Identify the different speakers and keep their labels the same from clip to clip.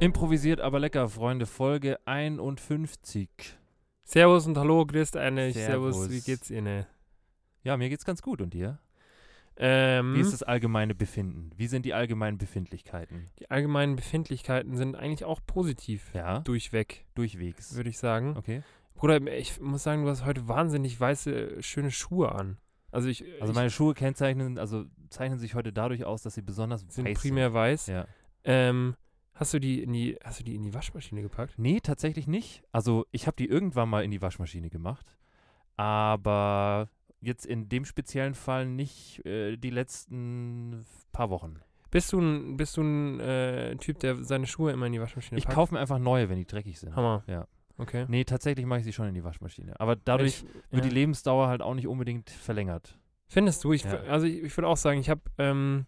Speaker 1: Improvisiert aber lecker, Freunde, Folge 51.
Speaker 2: Servus und hallo, grüßt eine.
Speaker 1: Servus.
Speaker 2: Servus. Servus, wie geht's Ihnen?
Speaker 1: Ja, mir geht's ganz gut und dir?
Speaker 2: Ähm,
Speaker 1: Wie ist das allgemeine Befinden? Wie sind die allgemeinen Befindlichkeiten?
Speaker 2: Die allgemeinen Befindlichkeiten sind eigentlich auch positiv.
Speaker 1: Ja,
Speaker 2: Durchweg,
Speaker 1: durchwegs.
Speaker 2: würde ich sagen.
Speaker 1: Okay.
Speaker 2: Bruder, ich muss sagen, du hast heute wahnsinnig weiße, schöne Schuhe an. Also ich,
Speaker 1: Also meine Schuhe kennzeichnen, also zeichnen sich heute dadurch aus, dass sie besonders
Speaker 2: ich sind
Speaker 1: weiß
Speaker 2: primär weiß.
Speaker 1: Sind. Ja.
Speaker 2: Ähm, hast du die in die, hast du die in die Waschmaschine gepackt?
Speaker 1: Nee, tatsächlich nicht. Also ich habe die irgendwann mal in die Waschmaschine gemacht, aber jetzt in dem speziellen Fall nicht äh, die letzten paar Wochen.
Speaker 2: Bist du ein, bist du ein äh, Typ, der seine Schuhe immer in die Waschmaschine
Speaker 1: Ich
Speaker 2: packt?
Speaker 1: kaufe mir einfach neue, wenn die dreckig sind.
Speaker 2: Hammer.
Speaker 1: Ja.
Speaker 2: Okay.
Speaker 1: Nee, tatsächlich mache ich sie schon in die Waschmaschine. Aber dadurch
Speaker 2: Ich-
Speaker 1: wird
Speaker 2: ja.
Speaker 1: die Lebensdauer halt auch nicht unbedingt verlängert.
Speaker 2: Findest du? Ich,
Speaker 1: Ja.
Speaker 2: Also ich, ich würde auch sagen, ich habe, ähm,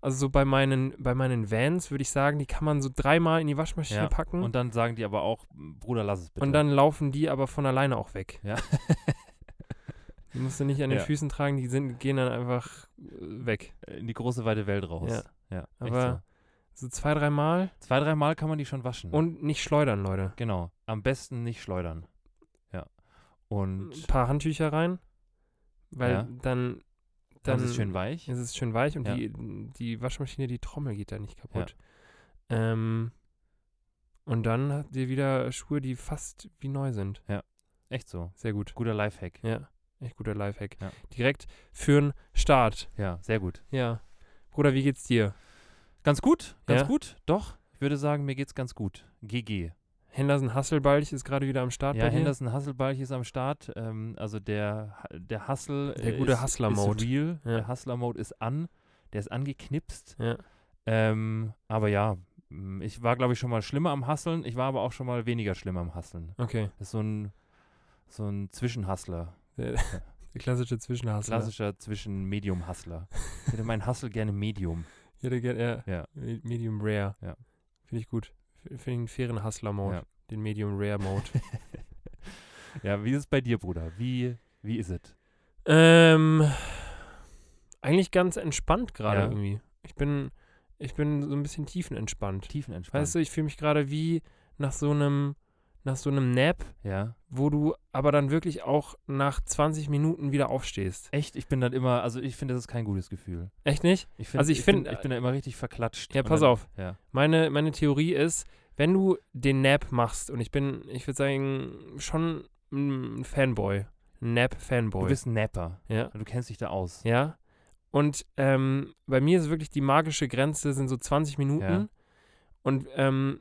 Speaker 2: also so bei meinen, bei meinen Vans würde ich sagen, die kann man so dreimal in die Waschmaschine
Speaker 1: Ja,
Speaker 2: packen und,
Speaker 1: Und dann sagen die aber auch, Bruder, lass es bitte.
Speaker 2: Mhm. dann laufen die aber von alleine auch weg.
Speaker 1: Ja.
Speaker 2: die musst du nicht an den
Speaker 1: Ja.
Speaker 2: Füßen tragen, die sind, gehen dann einfach äh, weg.
Speaker 1: in die große weite Welt raus.
Speaker 2: Ja.
Speaker 1: ja echt
Speaker 2: Aber- So zwei, dreimal
Speaker 1: so. zwei, dreimal kann man die schon waschen.
Speaker 2: und nicht schleudern, Leute.
Speaker 1: genau, am besten nicht schleudern. Ja. Und
Speaker 2: Ein paar Handtücher rein, weil
Speaker 1: Ja.
Speaker 2: dann,
Speaker 1: dann
Speaker 2: dann
Speaker 1: ist es schön weich.
Speaker 2: Es ist schön weich und
Speaker 1: Ja.
Speaker 2: die, die Waschmaschine, die Trommel geht da nicht kaputt. Ähm, und dann habt ihr wieder Schuhe, die fast wie neu sind.
Speaker 1: Echt so.
Speaker 2: Sehr gut.
Speaker 1: Guter Lifehack.
Speaker 2: Ja, echt guter Lifehack.
Speaker 1: Ja.
Speaker 2: Direkt für'n Start.
Speaker 1: Ja, sehr gut.
Speaker 2: Ja. Bruder, wie geht's dir?
Speaker 1: Ganz gut, ganz
Speaker 2: Ja.
Speaker 1: gut. Doch, ich würde sagen, mir geht's ganz gut. GG.
Speaker 2: Henderson Hasselbalch ist gerade wieder am Start
Speaker 1: Ja,
Speaker 2: bei dir.
Speaker 1: Henderson Hasselbalch ist am Start. Ähm, also der, der Hustle
Speaker 2: Der
Speaker 1: äh,
Speaker 2: gute
Speaker 1: ist,
Speaker 2: Hustler-Mode.
Speaker 1: ist real.
Speaker 2: Ja.
Speaker 1: Der Hustler-Mode ist an. Der ist angeknipst.
Speaker 2: Ja.
Speaker 1: Ähm, aber ja, m, ich war, glaube ich, schon mal schlimmer am Hasseln. Ich war aber auch schon mal weniger schlimm am Hasseln.
Speaker 2: Okay.
Speaker 1: Das ist so ein, so ein Zwischenhassler.
Speaker 2: Der, der klassische Zwischenhassler.
Speaker 1: Klassischer Zwischen-Medium-Hassler. Ich hätte meinen Hassel gerne Medium.
Speaker 2: Ja, der geht, ja.
Speaker 1: Ja.
Speaker 2: Me- Medium Rare.
Speaker 1: Ja.
Speaker 2: Finde ich gut. F- Finde ich einen fairen Hustler-Mode.
Speaker 1: Ja.
Speaker 2: Den Medium Rare Mode.
Speaker 1: Ja, wie ist es bei dir, Bruder? Wie, wie ist es?
Speaker 2: Ähm, eigentlich ganz entspannt gerade
Speaker 1: Ja.
Speaker 2: irgendwie. Ich bin, ich bin so ein bisschen tiefenentspannt.
Speaker 1: Tiefenentspannt.
Speaker 2: Weißt du, ich fühle mich gerade wie nach so einem, nach so einem Nap,
Speaker 1: Ja.
Speaker 2: wo du aber dann wirklich auch nach 20 Minuten wieder aufstehst.
Speaker 1: Echt, ich bin dann immer, also ich finde, das ist kein gutes Gefühl.
Speaker 2: Echt nicht?
Speaker 1: Ich find,
Speaker 2: Also ich
Speaker 1: bin-
Speaker 2: find-
Speaker 1: ich bin da immer richtig verklatscht.
Speaker 2: Ja,
Speaker 1: Und
Speaker 2: pass
Speaker 1: dann,
Speaker 2: auf.
Speaker 1: Ja,
Speaker 2: Meine, meine Theorie ist, wenn du den Nap machst, und ich bin, ich würde sagen, schon ein Fanboy. ein Nap-Fanboy.
Speaker 1: du bist ein Napper.
Speaker 2: ja.
Speaker 1: Du kennst dich da aus.
Speaker 2: Ja. Und ähm, bei mir ist wirklich die magische Grenze, sind so 20 Minuten.
Speaker 1: Ja.
Speaker 2: Und ähm,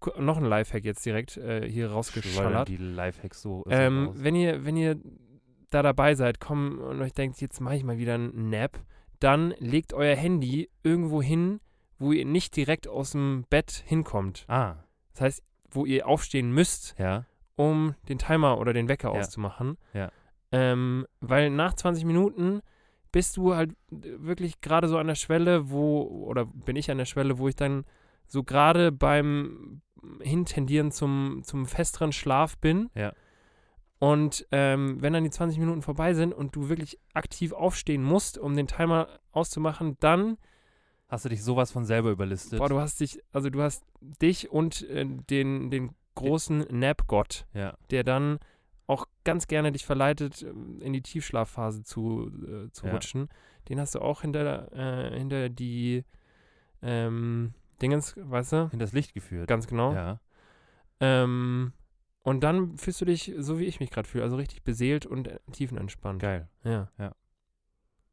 Speaker 2: ku- noch ein Lifehack jetzt direkt äh, hier
Speaker 1: Schleudern
Speaker 2: rausgeschallert.
Speaker 1: die halt Lifehacks so. so
Speaker 2: Ähm,
Speaker 1: raus.
Speaker 2: wenn, ihr, wenn ihr da dabei seid, kommen und euch denkt, jetzt mache ich mal wieder einen Nap, dann legt euer Handy irgendwo hin, wo ihr nicht direkt aus dem Bett hinkommt.
Speaker 1: ah,
Speaker 2: Das heißt, wo ihr aufstehen müsst,
Speaker 1: ja,
Speaker 2: um den Timer oder den Wecker
Speaker 1: Ja.
Speaker 2: auszumachen.
Speaker 1: Ja.
Speaker 2: Ähm, weil nach 20 Minuten bist du halt wirklich gerade so an der Schwelle, wo, oder bin ich an der Schwelle, wo ich dann so gerade beim Hintendieren zum, zum festeren Schlaf bin.
Speaker 1: Ja.
Speaker 2: Und ähm, wenn dann die 20 Minuten vorbei sind und du wirklich aktiv aufstehen musst, um den Timer auszumachen, dann,
Speaker 1: hast du dich sowas von selber überlistet?
Speaker 2: boah, du hast dich, also du hast dich und äh, den, den großen Nap-Gott
Speaker 1: ja,
Speaker 2: der dann auch ganz gerne dich verleitet, ähm, in die Tiefschlafphase zu, äh, zu
Speaker 1: Ja.
Speaker 2: rutschen. Den hast du auch hinter, äh, hinter die ähm, Dingens, weißt du?
Speaker 1: in das Licht geführt.
Speaker 2: Ganz genau.
Speaker 1: Ja,
Speaker 2: Ähm, und dann fühlst du dich, so wie ich mich gerade fühle, also richtig beseelt und äh, tiefenentspannt.
Speaker 1: geil.
Speaker 2: Ja.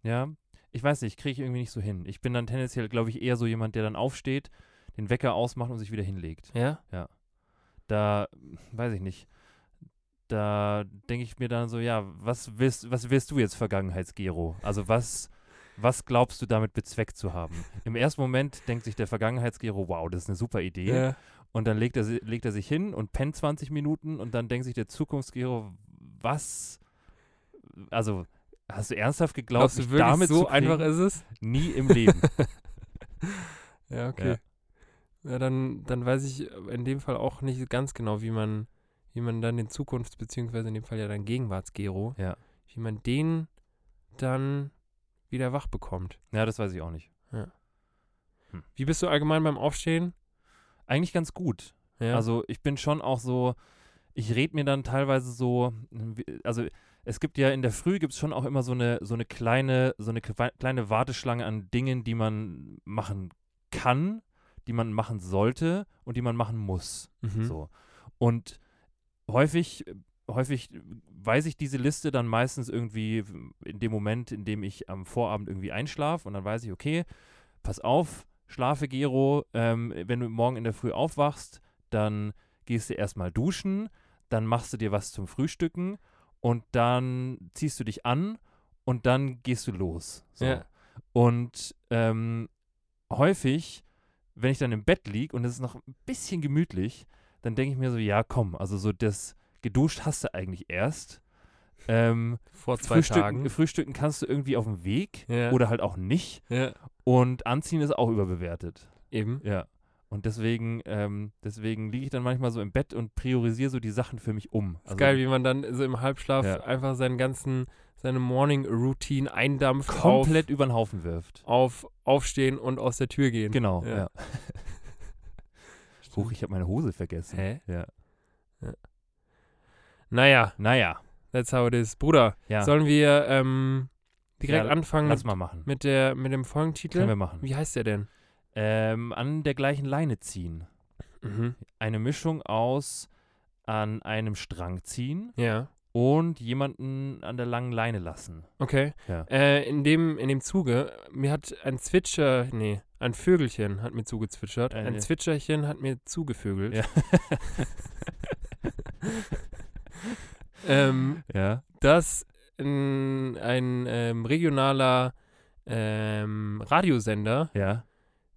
Speaker 1: Ja, ich weiß nicht, kriege ich irgendwie nicht so hin. Ich bin dann tendenziell, glaube ich, eher so jemand, der dann aufsteht, den Wecker ausmacht und sich wieder hinlegt.
Speaker 2: Ja?
Speaker 1: Da, weiß ich nicht. Da denke ich mir dann so, ja, was willst, was willst du jetzt, Vergangenheitsgero? Also was, was glaubst du damit bezweckt zu haben? Im ersten Moment denkt sich der Vergangenheitsgero, wow, das ist eine super Idee.
Speaker 2: Ja.
Speaker 1: Und dann legt er, si- legt er sich hin und pennt 20 Minuten und dann denkt sich der Zukunftsgero, was? Also, hast du ernsthaft geglaubt,
Speaker 2: Glaubst du
Speaker 1: mich
Speaker 2: wirklich,
Speaker 1: damit
Speaker 2: so
Speaker 1: zu kriegen?
Speaker 2: einfach ist es?
Speaker 1: Nie im Leben.
Speaker 2: Ja, okay. Ja, dann, dann weiß ich in dem Fall auch nicht ganz genau, wie man, wie man dann den Zukunfts- beziehungsweise in dem Fall ja dann Gegenwartsgero,
Speaker 1: Ja.
Speaker 2: wie man den dann wieder wach bekommt.
Speaker 1: ja, das weiß ich auch nicht.
Speaker 2: Wie bist du allgemein beim Aufstehen?
Speaker 1: Eigentlich ganz gut.
Speaker 2: Ja.
Speaker 1: Also ich bin schon auch so, ich rede mir dann teilweise so, wie- also es gibt ja in der Früh gibt es schon auch immer so eine, so eine kleine, so eine kwe- kleine Warteschlange an Dingen, die man machen kann, die man machen sollte und die man machen muss.
Speaker 2: mhm.
Speaker 1: So. Und häufig, häufig weiß ich diese Liste dann meistens irgendwie in dem Moment, in dem ich am Vorabend irgendwie einschlafe und dann weiß ich, okay, pass auf, schlafe Gero, ähm, wenn du morgen in der Früh aufwachst, dann gehst du erstmal duschen, dann machst du dir was zum Frühstücken und dann ziehst du dich an und dann gehst du los. So.
Speaker 2: Ja.
Speaker 1: Und ähm, häufig, wenn ich dann im Bett liege und es ist noch ein bisschen gemütlich, dann denke ich mir so, ja, komm, also so das geduscht hast du eigentlich erst. Ähm,
Speaker 2: Vor zwei
Speaker 1: Frühstücken,
Speaker 2: Tagen.
Speaker 1: Frühstücken kannst du irgendwie auf dem Weg
Speaker 2: Ja.
Speaker 1: oder halt auch nicht.
Speaker 2: ja.
Speaker 1: Und Anziehen ist auch überbewertet.
Speaker 2: Eben.
Speaker 1: Ja. Und deswegen, ähm, deswegen liege ich dann manchmal so im Bett und priorisiere so die Sachen für mich um.
Speaker 2: Ist geil, wie man dann so im Halbschlaf
Speaker 1: Ja.
Speaker 2: einfach seinen ganzen, seine Morning Routine eindampft
Speaker 1: komplett über den Haufen wirft.
Speaker 2: auf, auf Aufstehen und aus der Tür gehen.
Speaker 1: Genau,
Speaker 2: Ja.
Speaker 1: ja. Huch, ich habe meine Hose vergessen.
Speaker 2: Hä?
Speaker 1: Ja.
Speaker 2: Naja,
Speaker 1: Naja,
Speaker 2: that's how it is. Bruder,
Speaker 1: ja.
Speaker 2: sollen wir ähm, direkt
Speaker 1: Ja,
Speaker 2: anfangen
Speaker 1: lass
Speaker 2: mit,
Speaker 1: mal machen.
Speaker 2: mit, der, mit dem
Speaker 1: Können
Speaker 2: Folgentitel?
Speaker 1: wir machen.
Speaker 2: Wie heißt der denn?
Speaker 1: Ähm, an der gleichen Leine ziehen.
Speaker 2: Mhm.
Speaker 1: Eine Mischung aus an einem Strang ziehen
Speaker 2: Ja.
Speaker 1: und jemanden an der langen Leine lassen.
Speaker 2: Okay.
Speaker 1: Ja.
Speaker 2: Äh, in, dem, in dem Zuge, mir hat ein Zwitscher, nee, ein Vögelchen hat mir zugezwitschert.
Speaker 1: Ein-
Speaker 2: Ein Zwitscherchen hat mir zugevögelt.
Speaker 1: Äh, Ja.
Speaker 2: ähm,
Speaker 1: Ja.
Speaker 2: dass ein, ein ähm, regionaler ähm, Radiosender
Speaker 1: Ja.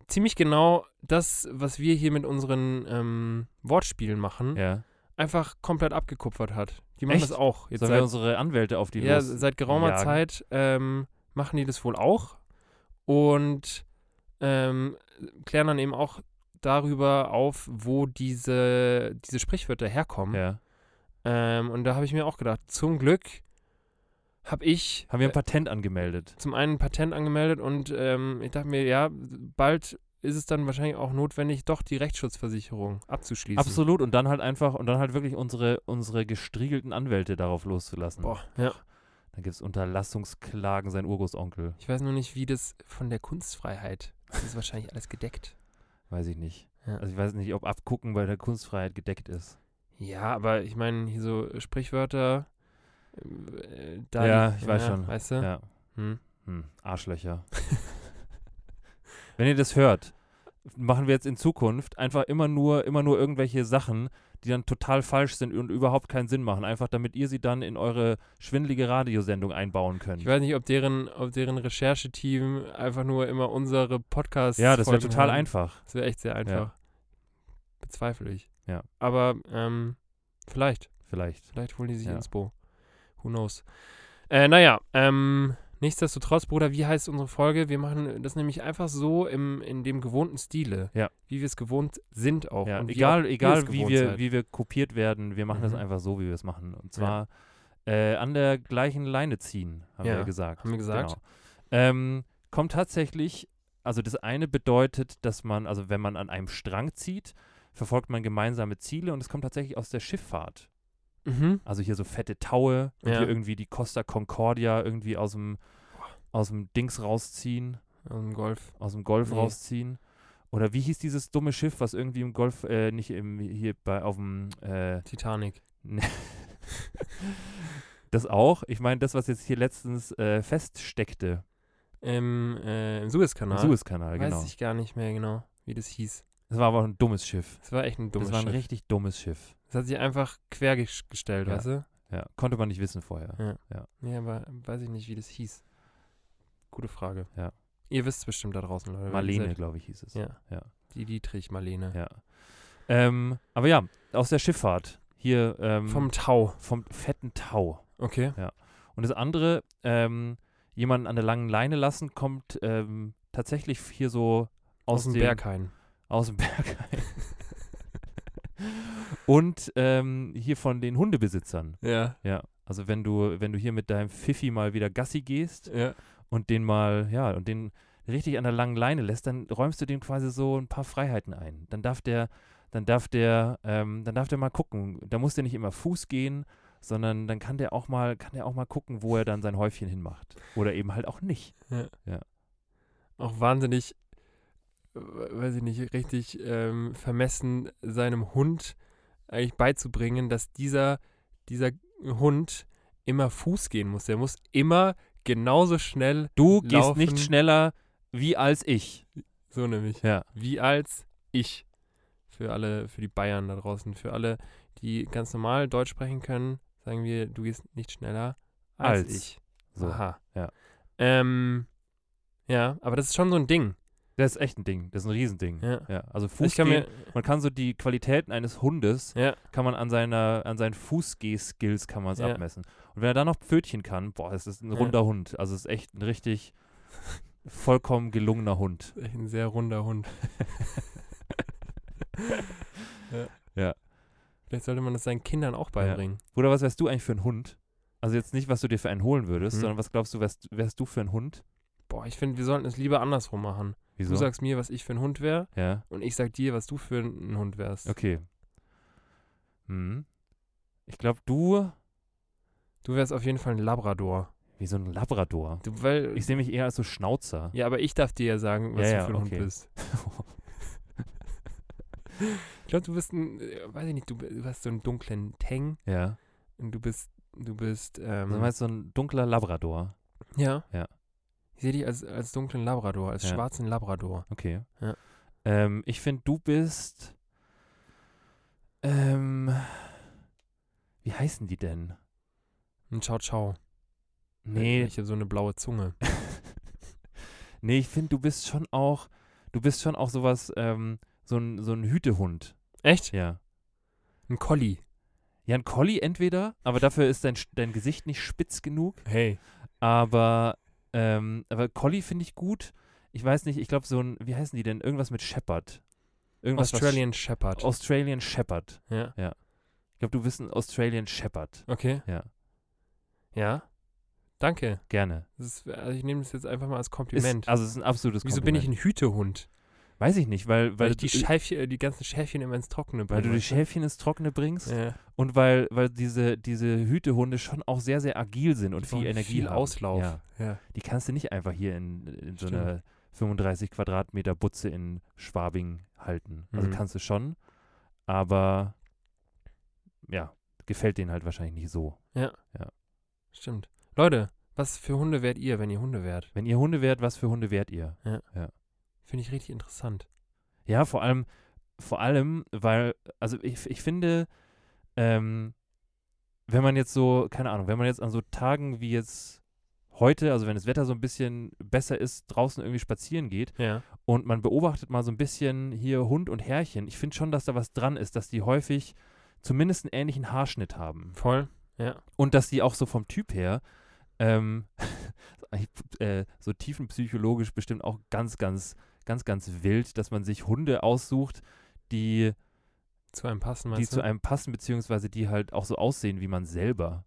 Speaker 2: ziemlich genau das, was wir hier mit unseren ähm, Wortspielen machen,
Speaker 1: Ja.
Speaker 2: einfach komplett abgekupfert hat. Die machen
Speaker 1: Echt?
Speaker 2: das auch. Jetzt
Speaker 1: Sollen
Speaker 2: seit-
Speaker 1: wir unsere Anwälte auf die
Speaker 2: ja,
Speaker 1: los?
Speaker 2: seit geraumer
Speaker 1: jagen.
Speaker 2: Zeit ähm, machen die das wohl auch und ähm, klären dann eben auch darüber auf, wo diese, diese Sprichwörter herkommen.
Speaker 1: Ja.
Speaker 2: Ähm, und da habe ich mir auch gedacht, zum Glück habe ich äh,
Speaker 1: Haben wir ein Patent angemeldet?
Speaker 2: zum einen ein Patent angemeldet und ähm, ich dachte mir, ja, bald ist es dann wahrscheinlich auch notwendig, doch die Rechtsschutzversicherung abzuschließen.
Speaker 1: Absolut. Und dann halt einfach, und dann halt wirklich unsere, unsere gestriegelten Anwälte darauf loszulassen.
Speaker 2: Boah, ja.
Speaker 1: Dann gibt es Unterlassungsklagen, sein Urgroßonkel.
Speaker 2: Ich weiß nur nicht, wie das von der Kunstfreiheit, das ist wahrscheinlich alles gedeckt.
Speaker 1: Weiß ich nicht.
Speaker 2: Ja.
Speaker 1: Also ich weiß nicht, ob Abgucken bei der Kunstfreiheit gedeckt ist.
Speaker 2: Ja, aber ich meine, hier so Sprichwörter. äh, Da
Speaker 1: Ja, ich weiß schon.
Speaker 2: Weißt du?
Speaker 1: Ja.
Speaker 2: Hm.
Speaker 1: Hm, Arschlöcher. Wenn ihr das hört, machen wir jetzt in Zukunft einfach immer nur, immer nur irgendwelche Sachen, die dann total falsch sind und überhaupt keinen Sinn machen. Einfach damit ihr sie dann in eure schwindelige Radiosendung einbauen könnt.
Speaker 2: Ich weiß nicht, ob deren, ob deren Rechercheteam einfach nur immer unsere Podcasts.
Speaker 1: ja, das wäre
Speaker 2: Folgen
Speaker 1: total
Speaker 2: hören.
Speaker 1: einfach.
Speaker 2: Das wäre echt sehr einfach. Bezweifle ich.
Speaker 1: Ja.
Speaker 2: Aber ähm, vielleicht.
Speaker 1: Vielleicht.
Speaker 2: Vielleicht holen die sich
Speaker 1: Ja.
Speaker 2: ins Bo. Who knows? Äh, naja, ähm, nichtsdestotrotz, Bruder, wie heißt unsere Folge? Wir machen das nämlich einfach so im, in dem gewohnten Stile.
Speaker 1: Ja.
Speaker 2: Wie wir es gewohnt sind auch.
Speaker 1: Ja,
Speaker 2: und wie
Speaker 1: egal,
Speaker 2: auch ihr es
Speaker 1: egal wie,
Speaker 2: gewohnt
Speaker 1: wir,
Speaker 2: seid.
Speaker 1: wie wir kopiert werden, wir machen das
Speaker 2: Mhm.
Speaker 1: einfach so, wie wir es machen. Und zwar
Speaker 2: Ja.
Speaker 1: äh, an der gleichen Leine ziehen, haben
Speaker 2: Ja,
Speaker 1: wir gesagt.
Speaker 2: haben wir gesagt.
Speaker 1: Genau. Ähm, kommt tatsächlich, also das eine bedeutet, dass man, also wenn man an einem Strang zieht, verfolgt man gemeinsame Ziele und es kommt tatsächlich aus der Schifffahrt.
Speaker 2: Mhm.
Speaker 1: Also hier so fette Taue und
Speaker 2: Ja.
Speaker 1: hier irgendwie die Costa Concordia irgendwie aus dem, aus dem Dings rausziehen,
Speaker 2: Aus dem Golf.
Speaker 1: aus dem Golf
Speaker 2: Nee.
Speaker 1: rausziehen. Oder wie hieß dieses dumme Schiff, was irgendwie im Golf, äh, nicht im, hier bei, auf dem, äh,
Speaker 2: Titanic.
Speaker 1: das auch. Ich meine, das, was jetzt hier letztens äh, feststeckte,
Speaker 2: Im, äh, im Suezkanal.
Speaker 1: im Suezkanal,
Speaker 2: Weiß
Speaker 1: genau.
Speaker 2: ich gar nicht mehr genau, wie das hieß.
Speaker 1: Das war aber ein dummes Schiff.
Speaker 2: Es war echt ein dummes
Speaker 1: das war ein
Speaker 2: Schiff.
Speaker 1: richtig dummes Schiff.
Speaker 2: Das hat sich einfach quer ges- gestellt,
Speaker 1: Ja.
Speaker 2: weißt du?
Speaker 1: Ja, konnte man nicht wissen vorher.
Speaker 2: Nee, aber weiß ich nicht, wie das hieß. Gute Frage.
Speaker 1: Ja.
Speaker 2: Ihr wisst bestimmt da draußen, Leute. wenn ihr
Speaker 1: Marlene,
Speaker 2: seid-
Speaker 1: glaube ich, hieß es.
Speaker 2: Ja.
Speaker 1: Ja.
Speaker 2: Die Dietrich Marlene.
Speaker 1: Ja. Ähm, aber ja, aus der Schifffahrt. Hier ähm,
Speaker 2: Vom Tau.
Speaker 1: vom fetten Tau.
Speaker 2: Okay.
Speaker 1: Und das andere, ähm, jemanden an der langen Leine lassen, kommt ähm, tatsächlich hier so aus,
Speaker 2: Aus, dem
Speaker 1: dem
Speaker 2: Berghain.
Speaker 1: Aus dem Berg ein. Und ähm, hier von den Hundebesitzern.
Speaker 2: Ja.
Speaker 1: Ja. Also wenn du, wenn du hier mit deinem Fifi mal wieder Gassi gehst
Speaker 2: Ja.
Speaker 1: und den mal, ja, und den richtig an der langen Leine lässt, dann räumst du dem quasi so ein paar Freiheiten ein. Dann darf der, dann darf der, ähm, dann darf der mal gucken. Da muss der nicht immer Fuß gehen, sondern dann kann der auch mal, kann der auch mal gucken, wo er dann sein Häufchen hinmacht. Oder eben halt auch nicht.
Speaker 2: Auch wahnsinnig, äh, weiß ich nicht, richtig ähm, vermessen, seinem Hund eigentlich beizubringen, dass dieser, dieser Hund immer Fuß gehen muss. Der muss immer genauso schnell,
Speaker 1: Du gehst
Speaker 2: Laufen.
Speaker 1: nicht schneller wie als ich.
Speaker 2: so nämlich,
Speaker 1: Ja.
Speaker 2: wie als ich. Für alle, für die Bayern da draußen, für alle, die ganz normal Deutsch sprechen können, sagen wir, du gehst nicht schneller als,
Speaker 1: Als.
Speaker 2: ich.
Speaker 1: So.
Speaker 2: Aha.
Speaker 1: ja.
Speaker 2: Ähm, ja, aber das ist schon so ein Ding.
Speaker 1: Das ist echt ein Ding. Das ist ein Riesending.
Speaker 2: Ja.
Speaker 1: Ja, also
Speaker 2: Ich
Speaker 1: Fußgehen.
Speaker 2: kann mir,
Speaker 1: Man kann so die Qualitäten eines Hundes,
Speaker 2: Ja.
Speaker 1: kann man an seiner, an seinen Fußgeh-Skills kann man es
Speaker 2: Ja.
Speaker 1: abmessen. Und wenn er dann noch Pfötchen kann, boah, es ist ein
Speaker 2: Ja.
Speaker 1: runder Hund. Also es ist echt ein richtig vollkommen gelungener Hund.
Speaker 2: Das ist echt ein sehr runder Hund. ja.
Speaker 1: Ja.
Speaker 2: Vielleicht sollte man das seinen Kindern auch beibringen.
Speaker 1: Bruder, was wärst du eigentlich für ein Hund? Also jetzt nicht, was du dir für einen holen würdest,
Speaker 2: Hm.
Speaker 1: sondern was glaubst du, wärst, wärst du für ein Hund?
Speaker 2: Boah, ich finde, wir sollten es lieber andersrum machen.
Speaker 1: Wieso?
Speaker 2: Du sagst mir, was ich für ein Hund wäre,
Speaker 1: ja,
Speaker 2: und ich sag dir, was du für ein Hund wärst.
Speaker 1: okay. Hm. Ich glaube, du,
Speaker 2: Du wärst auf jeden Fall ein Labrador.
Speaker 1: wie so ein Labrador.
Speaker 2: Du, weil,
Speaker 1: Ich sehe mich eher als so Schnauzer.
Speaker 2: ja, aber ich darf dir ja sagen,
Speaker 1: Ja,
Speaker 2: was du
Speaker 1: ja,
Speaker 2: für ein
Speaker 1: okay.
Speaker 2: Hund bist. Ich glaube, du bist ein, äh, weiß ich nicht, du, du hast so einen dunklen Tang
Speaker 1: ja.
Speaker 2: und du bist, du bist, ähm,
Speaker 1: Also meinst du so ein dunkler Labrador?
Speaker 2: ja.
Speaker 1: Ja.
Speaker 2: Ich sehe dich als, als dunklen Labrador, als
Speaker 1: Ja.
Speaker 2: schwarzen Labrador.
Speaker 1: Okay.
Speaker 2: Ja.
Speaker 1: Ähm, ich finde, du bist. Ähm, wie heißen die denn?
Speaker 2: Ein Ciao Ciao.
Speaker 1: Nee,
Speaker 2: Ich habe so eine blaue Zunge.
Speaker 1: nee ich finde, du bist schon auch. Du bist schon auch sowas, ähm, so ein, so ein Hütehund.
Speaker 2: Echt?
Speaker 1: Ja.
Speaker 2: Ein Collie.
Speaker 1: Ja, ein Collie entweder, aber dafür ist dein, Sch- dein Gesicht nicht spitz genug.
Speaker 2: Hey.
Speaker 1: Aber, ähm, aber Collie finde ich gut. Ich weiß nicht, ich glaube, so ein. Wie heißen die denn? Irgendwas mit Shepherd. Irgendwas. was-
Speaker 2: Australian Shepherd.
Speaker 1: Australian Shepherd.
Speaker 2: ja.
Speaker 1: Ich glaube, du bist ein Australian Shepherd.
Speaker 2: Okay.
Speaker 1: Ja.
Speaker 2: Ja. Danke.
Speaker 1: Gerne.
Speaker 2: Das ist, also ich nehme das jetzt einfach mal als Kompliment.
Speaker 1: Ist, also es ist ein absolutes
Speaker 2: Wieso bin
Speaker 1: Kompliment.
Speaker 2: ich ein Hütehund?
Speaker 1: ich Weiß ich nicht, weil,
Speaker 2: Weil,
Speaker 1: weil,
Speaker 2: ich die,
Speaker 1: du,
Speaker 2: Schäfchen, äh, die ganzen Schäfchen immer ins Trockene
Speaker 1: weil du
Speaker 2: bringe.
Speaker 1: die Schäfchen ins Trockene bringst
Speaker 2: ja.
Speaker 1: und weil, weil diese, diese Hütehunde schon auch sehr, sehr agil sind und
Speaker 2: Die brauchen
Speaker 1: viel Energie
Speaker 2: viel
Speaker 1: haben.
Speaker 2: Auslauf.
Speaker 1: Ja,
Speaker 2: ja.
Speaker 1: die kannst du nicht einfach hier in, in so
Speaker 2: Stimmt.
Speaker 1: einer 35 Quadratmeter Butze in Schwabing halten. Also
Speaker 2: Mhm.
Speaker 1: kannst du schon, aber ja, gefällt denen halt wahrscheinlich nicht so.
Speaker 2: Stimmt. Leute, was für Hunde wärt ihr, wenn ihr Hunde wärt?
Speaker 1: Wenn ihr Hunde wärt, was für Hunde wärt ihr?
Speaker 2: Finde ich richtig interessant.
Speaker 1: Ja, vor allem, vor allem, weil, also ich, ich finde, ähm, wenn man jetzt so, keine Ahnung, wenn man jetzt an so Tagen wie jetzt heute, also wenn das Wetter so ein bisschen besser ist, draußen irgendwie spazieren geht
Speaker 2: Ja.
Speaker 1: und man beobachtet mal so ein bisschen hier Hund und Herrchen, ich finde schon, dass da was dran ist, dass die häufig zumindest einen ähnlichen Haarschnitt haben
Speaker 2: Voll.
Speaker 1: und dass die auch so vom Typ her, ähm, ist eigentlich, äh, so tiefenpsychologisch bestimmt auch ganz, ganz, ganz, ganz wild, dass man sich Hunde aussucht, die,
Speaker 2: Zu einem passen,
Speaker 1: die
Speaker 2: meinst
Speaker 1: zu
Speaker 2: du?
Speaker 1: einem passen, beziehungsweise die halt auch so aussehen wie man selber.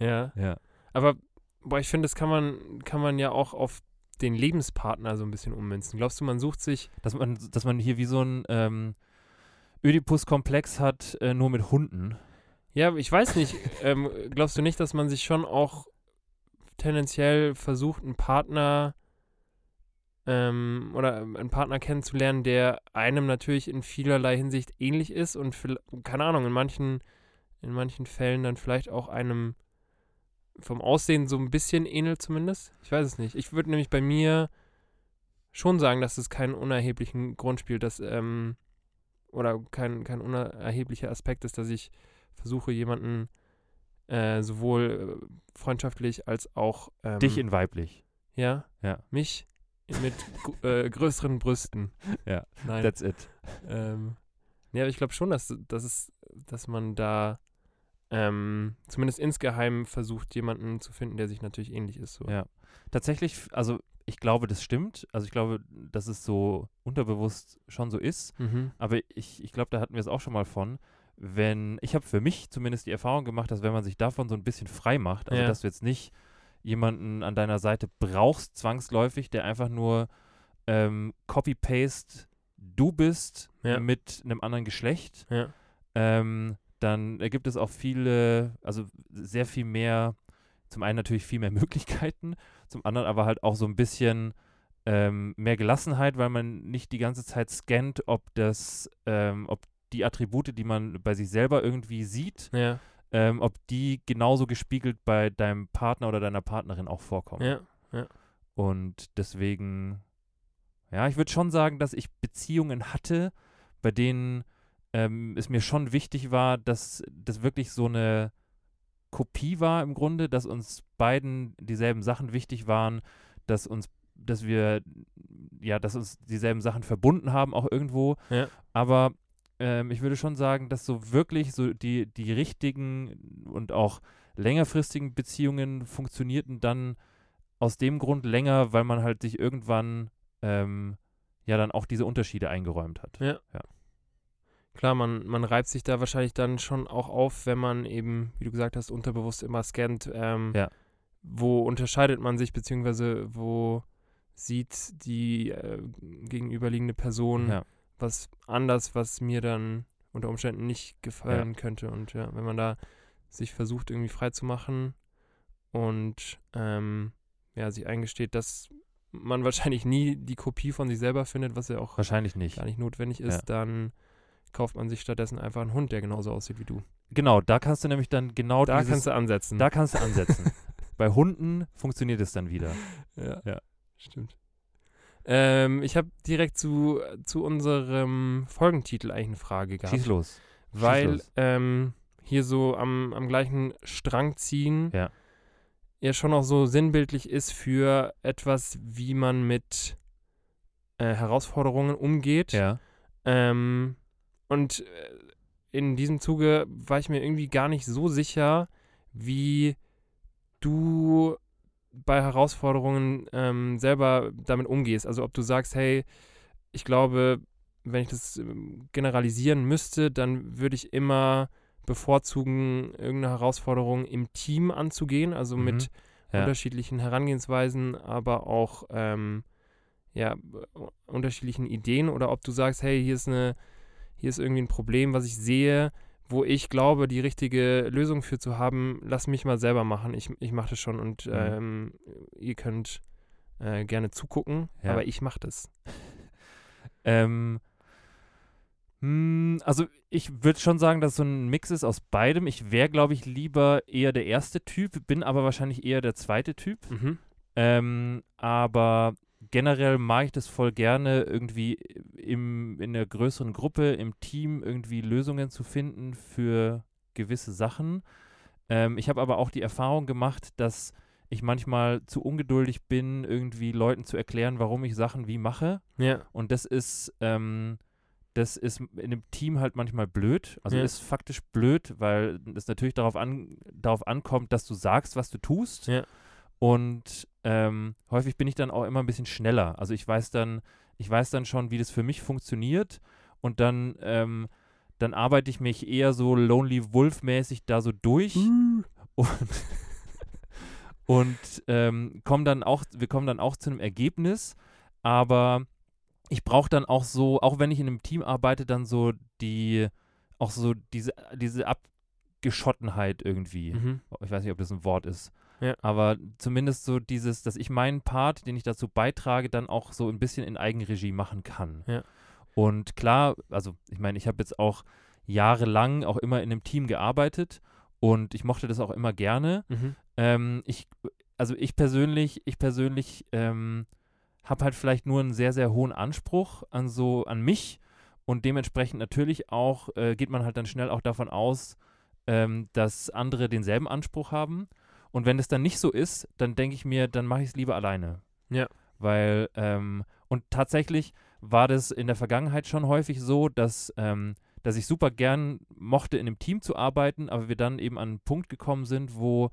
Speaker 2: ja.
Speaker 1: Ja.
Speaker 2: Aber boah, ich finde, das kann man, kann man ja auch auf den Lebenspartner so ein bisschen ummünzen. Glaubst du, man sucht sich.
Speaker 1: Dass man, dass man hier wie so ein ähm, Ödipus-Komplex hat, äh, nur mit Hunden.
Speaker 2: Ähm, Ja, ich weiß nicht. ähm, glaubst du nicht, dass man sich schon auch tendenziell versucht, einen Partner ähm, oder einen Partner kennenzulernen, der einem natürlich in vielerlei Hinsicht ähnlich ist und viel- keine Ahnung, in manchen, in manchen Fällen dann vielleicht auch einem vom Aussehen so ein bisschen ähnelt zumindest. Ich weiß es nicht. Ich würde nämlich bei mir schon sagen, dass es keinen unerheblichen Grund spielt, dass ähm, oder kein, kein unerheblicher Aspekt ist, dass ich versuche, jemanden äh, sowohl äh, freundschaftlich als auch ähm,
Speaker 1: Dich in weiblich.
Speaker 2: ja?
Speaker 1: Ja.
Speaker 2: Mich mit gr- äh, größeren Brüsten.
Speaker 1: Ja,
Speaker 2: Nein.
Speaker 1: That's it.
Speaker 2: Ähm, ja, aber ich glaube schon, dass, dass, es, dass man da ähm, zumindest insgeheim versucht, jemanden zu finden, der sich natürlich ähnlich ist. So.
Speaker 1: Ja. Tatsächlich, also ich glaube, das stimmt. Also ich glaube, dass es so unterbewusst schon so ist.
Speaker 2: Mhm.
Speaker 1: Aber ich, ich glaube, da hatten wir es auch schon mal von. Wenn, ich habe für mich zumindest die Erfahrung gemacht, dass wenn man sich davon so ein bisschen frei macht, also
Speaker 2: Ja.
Speaker 1: dass du jetzt nicht jemanden an deiner Seite brauchst, zwangsläufig, der einfach nur ähm, Copy-Paste du bist
Speaker 2: Ja.
Speaker 1: mit einem anderen Geschlecht,
Speaker 2: Ja.
Speaker 1: ähm, dann ergibt es auch viele, also sehr viel mehr, zum einen natürlich viel mehr Möglichkeiten, zum anderen aber halt auch so ein bisschen ähm, mehr Gelassenheit, weil man nicht die ganze Zeit scannt, ob das, ähm, ob die Attribute, die man bei sich selber irgendwie sieht,
Speaker 2: Ja.
Speaker 1: ähm, ob die genauso gespiegelt bei deinem Partner oder deiner Partnerin auch vorkommen.
Speaker 2: Ja.
Speaker 1: Und deswegen, ja, ich würde schon sagen, dass ich Beziehungen hatte, bei denen ähm, es mir schon wichtig war, dass das wirklich so eine Kopie war im Grunde, dass uns beiden dieselben Sachen wichtig waren, dass uns, dass wir, ja, dass uns dieselben Sachen verbunden haben, auch irgendwo.
Speaker 2: Ja.
Speaker 1: Aber ähm, ich würde schon sagen, dass so wirklich so die, die richtigen und auch längerfristigen Beziehungen funktionierten dann aus dem Grund länger, weil man halt sich irgendwann ähm, ja dann auch diese Unterschiede eingeräumt hat.
Speaker 2: Ja. Klar, man, man reibt sich da wahrscheinlich dann schon auch auf, wenn man eben, wie du gesagt hast, unterbewusst immer scannt, ähm,
Speaker 1: Ja.
Speaker 2: wo unterscheidet man sich, beziehungsweise wo sieht die äh, gegenüberliegende Person
Speaker 1: Ja.
Speaker 2: was anders, was mir dann unter Umständen nicht gefallen könnte. Und ja, wenn man da sich versucht, irgendwie frei zu machen und ähm, ja, sich eingesteht, dass man wahrscheinlich nie die Kopie von sich selber findet, was ja auch
Speaker 1: Wahrscheinlich nicht.
Speaker 2: gar nicht notwendig ist,
Speaker 1: Ja.
Speaker 2: dann kauft man sich stattdessen einfach einen Hund, der genauso aussieht wie du.
Speaker 1: Genau, da kannst du nämlich dann genau
Speaker 2: da
Speaker 1: dieses,
Speaker 2: kannst du ansetzen.
Speaker 1: da kannst du ansetzen. Bei Hunden funktioniert es dann wieder.
Speaker 2: ja,
Speaker 1: Ja.
Speaker 2: stimmt. Ähm, ich habe direkt zu, zu unserem Folgentitel eigentlich eine Frage gehabt.
Speaker 1: Schieß los. schieß
Speaker 2: weil
Speaker 1: los.
Speaker 2: ähm, hier so am, am gleichen Strang ziehen
Speaker 1: Ja.
Speaker 2: ja schon auch so sinnbildlich ist für etwas, wie man mit äh, Herausforderungen umgeht.
Speaker 1: Ja.
Speaker 2: Ähm, und äh, in diesem Zuge war ich mir irgendwie gar nicht so sicher, wie du bei Herausforderungen ähm, selber damit umgehst. Also ob du sagst, hey, ich glaube, wenn ich das ähm, generalisieren müsste, dann würde ich immer bevorzugen, irgendeine Herausforderung im Team anzugehen, also
Speaker 1: Mhm,
Speaker 2: mit
Speaker 1: ja.
Speaker 2: unterschiedlichen Herangehensweisen, aber auch ähm, ja, u- unterschiedlichen Ideen oder ob du sagst, hey, hier ist eine, hier ist irgendwie ein Problem, was ich sehe, wo ich glaube, die richtige Lösung für zu haben, lass mich mal selber machen. Ich, ich mache das schon und
Speaker 1: Mhm.
Speaker 2: ähm, ihr könnt äh, gerne zugucken,
Speaker 1: Ja.
Speaker 2: aber ich mache das.
Speaker 1: Ähm, mh, also ich würde schon sagen, dass so ein Mix ist aus beidem. Ich wäre, glaube ich, lieber eher der erste Typ, bin aber wahrscheinlich eher der zweite Typ. Ähm, aber generell mag ich das voll gerne, irgendwie im, in der größeren Gruppe, im Team irgendwie Lösungen zu finden für gewisse Sachen. Ähm, ich habe aber auch die Erfahrung gemacht, dass ich manchmal zu ungeduldig bin, irgendwie Leuten zu erklären, warum ich Sachen wie mache.
Speaker 2: Ja,
Speaker 1: Und das ist, ähm, das ist m- in dem Team halt manchmal blöd. Also
Speaker 2: Ja.
Speaker 1: ist faktisch blöd, weil es natürlich darauf, an, darauf ankommt, dass du sagst, was du tust.
Speaker 2: Ja.
Speaker 1: Und ähm, häufig bin ich dann auch immer ein bisschen schneller. Also ich weiß dann, ich weiß dann schon, wie das für mich funktioniert. Und dann, ähm, dann arbeite ich mich eher so Lonely Wolf-mäßig da so durch.
Speaker 2: Mhm.
Speaker 1: Und, und ähm, kommen dann auch, wir kommen dann auch zu einem Ergebnis, aber ich brauche dann auch so, auch wenn ich in einem Team arbeite, dann so die, auch so diese, diese Abgeschottenheit irgendwie.
Speaker 2: Mhm.
Speaker 1: Ich weiß nicht, ob das ein Wort ist.
Speaker 2: Ja.
Speaker 1: Aber zumindest so dieses, dass ich meinen Part, den ich dazu beitrage, dann auch so ein bisschen in Eigenregie machen kann.
Speaker 2: Ja.
Speaker 1: Und klar, also ich meine, ich habe jetzt auch jahrelang auch immer in einem Team gearbeitet und ich mochte das auch immer gerne.
Speaker 2: Mhm.
Speaker 1: Ähm, ich, also ich persönlich, ich persönlich ähm, habe halt vielleicht nur einen sehr, sehr hohen Anspruch an so, an mich und dementsprechend natürlich auch, äh, geht man halt dann schnell auch davon aus, ähm, dass andere denselben Anspruch haben. Und wenn es dann nicht so ist, dann denke ich mir, dann mache ich es lieber alleine.
Speaker 2: Ja.
Speaker 1: Weil, ähm, und tatsächlich war das in der Vergangenheit schon häufig so, dass, ähm, dass ich super gern mochte, in einem Team zu arbeiten, aber wir dann eben an einen Punkt gekommen sind, wo,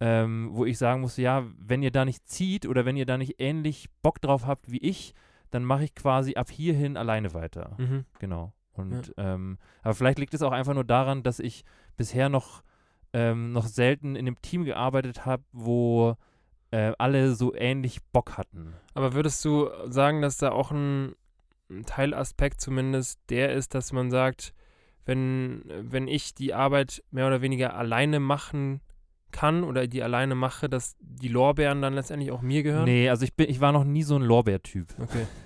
Speaker 1: ähm, wo ich sagen musste, ja, wenn ihr da nicht zieht oder wenn ihr da nicht ähnlich Bock drauf habt wie ich, dann mache ich quasi ab hierhin alleine weiter.
Speaker 2: Mhm.
Speaker 1: Genau. Und ähm, aber vielleicht liegt es auch einfach nur daran, dass ich bisher noch, ähm, noch selten in einem Team gearbeitet habe, wo äh, alle so ähnlich Bock hatten.
Speaker 2: Aber würdest du sagen, dass da auch ein, ein Teilaspekt zumindest der ist, dass man sagt, wenn, wenn ich die Arbeit mehr oder weniger alleine machen kann oder die alleine mache, dass die Lorbeeren dann letztendlich auch mir gehören?
Speaker 1: Nee, also ich bin, ich war noch nie so ein Lorbeertyp.
Speaker 2: Okay.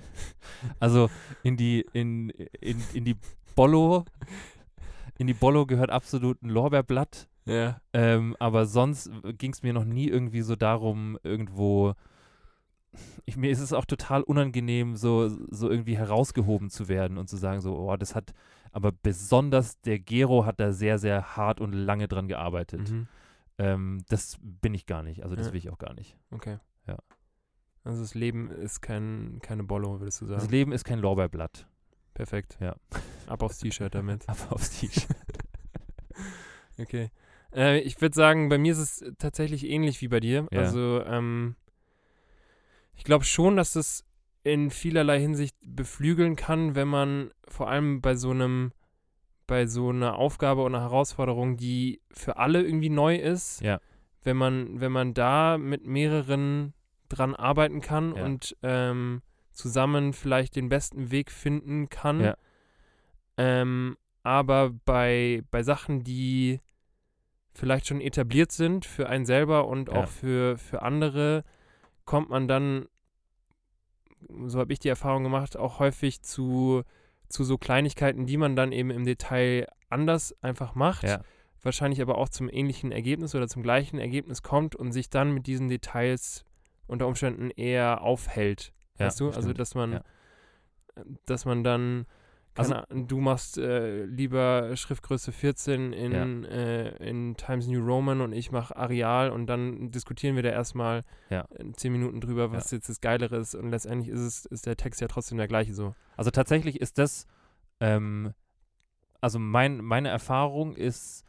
Speaker 1: Also in die, in, in, in die Bollo, in die Bollo gehört absolut ein Lorbeerblatt.
Speaker 2: Ja.
Speaker 1: Ähm, aber sonst ging es mir noch nie irgendwie so darum, irgendwo. Ich, mir ist es auch total unangenehm, so, so irgendwie herausgehoben zu werden und zu sagen, so, oh, das hat, aber besonders der Gero hat da sehr, sehr hart und lange dran gearbeitet.
Speaker 2: Mhm.
Speaker 1: Ähm, das bin ich gar nicht, also das
Speaker 2: Ja.
Speaker 1: will ich auch gar nicht.
Speaker 2: Okay.
Speaker 1: Ja.
Speaker 2: Also das Leben ist kein, keine Bollo, würdest du sagen.
Speaker 1: Das Leben ist kein Lorbeerblatt,
Speaker 2: Perfekt.
Speaker 1: Ja.
Speaker 2: Ab aufs T-Shirt damit.
Speaker 1: aber aufs T-Shirt.
Speaker 2: Okay. Äh, ich würde sagen, bei mir ist es tatsächlich ähnlich wie bei dir.
Speaker 1: Ja.
Speaker 2: Also, ähm, ich glaube schon, dass es in vielerlei Hinsicht beflügeln kann, wenn man vor allem bei so einem, bei so einer Aufgabe oder einer Herausforderung, die für alle irgendwie neu ist,
Speaker 1: Ja.
Speaker 2: wenn man, wenn man da mit mehreren dran arbeiten kann
Speaker 1: Ja.
Speaker 2: und ähm, zusammen vielleicht den besten Weg finden kann.
Speaker 1: Ja.
Speaker 2: Ähm, aber bei, bei Sachen, die vielleicht schon etabliert sind für einen selber und
Speaker 1: Ja.
Speaker 2: auch für, für andere, kommt man dann, so habe ich die Erfahrung gemacht, auch häufig zu, zu so Kleinigkeiten, die man dann eben im Detail anders einfach macht,
Speaker 1: Ja.
Speaker 2: wahrscheinlich aber auch zum ähnlichen Ergebnis oder zum gleichen Ergebnis kommt und sich dann mit diesen Details unter Umständen eher aufhält.
Speaker 1: Ja,
Speaker 2: weißt du? Also,
Speaker 1: stimmt.
Speaker 2: dass man,
Speaker 1: Ja.
Speaker 2: dass man dann,
Speaker 1: Also-
Speaker 2: keine Ahnung, du machst äh, lieber Schriftgröße 14 in, äh, in Times New Roman und ich mache Areal und dann diskutieren wir da erstmal
Speaker 1: Ja.
Speaker 2: äh, zehn Minuten drüber, was jetzt das Geilere ist und letztendlich ist, es, ist der Text ja trotzdem der gleiche so.
Speaker 1: Also tatsächlich ist das, ähm, also mein, meine Erfahrung ist,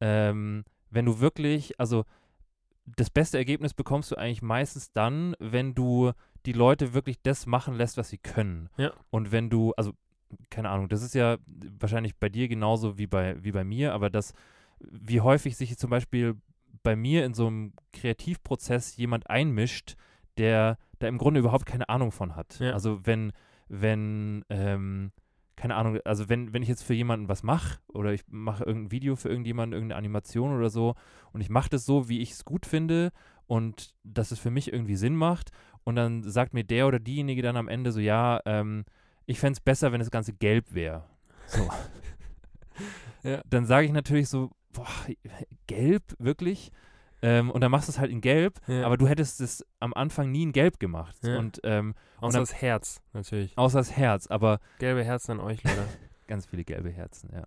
Speaker 1: ähm, wenn du wirklich, also das beste Ergebnis bekommst du eigentlich meistens dann, wenn du die Leute wirklich das machen lässt, was sie können.
Speaker 2: Ja.
Speaker 1: Und wenn du, also keine Ahnung, das ist ja wahrscheinlich bei dir genauso wie bei, wie bei mir, aber das, wie häufig sich zum Beispiel bei mir in so einem Kreativprozess jemand einmischt, der da im Grunde überhaupt keine Ahnung von hat.
Speaker 2: Ja.
Speaker 1: Also wenn, wenn, ähm, keine Ahnung, also wenn, wenn ich jetzt für jemanden was mache oder ich mache irgendein Video für irgendjemanden, irgendeine Animation oder so und ich mache das so, wie ich es gut finde und dass es für mich irgendwie Sinn macht und dann sagt mir der oder diejenige dann am Ende so, ja, ähm, ich fände es besser, wenn das Ganze gelb wäre. So.
Speaker 2: Ja.
Speaker 1: Dann sage ich natürlich so, boah, gelb, wirklich? Ähm, und dann machst du es halt in gelb,
Speaker 2: Ja.
Speaker 1: aber du hättest es am Anfang nie in gelb gemacht.
Speaker 2: Ja.
Speaker 1: Und ähm,
Speaker 2: Außer
Speaker 1: dann-
Speaker 2: das Herz, natürlich.
Speaker 1: außer das Herz, aber
Speaker 2: Gelbe Herzen an euch, Leute.
Speaker 1: Ganz viele gelbe Herzen, ja.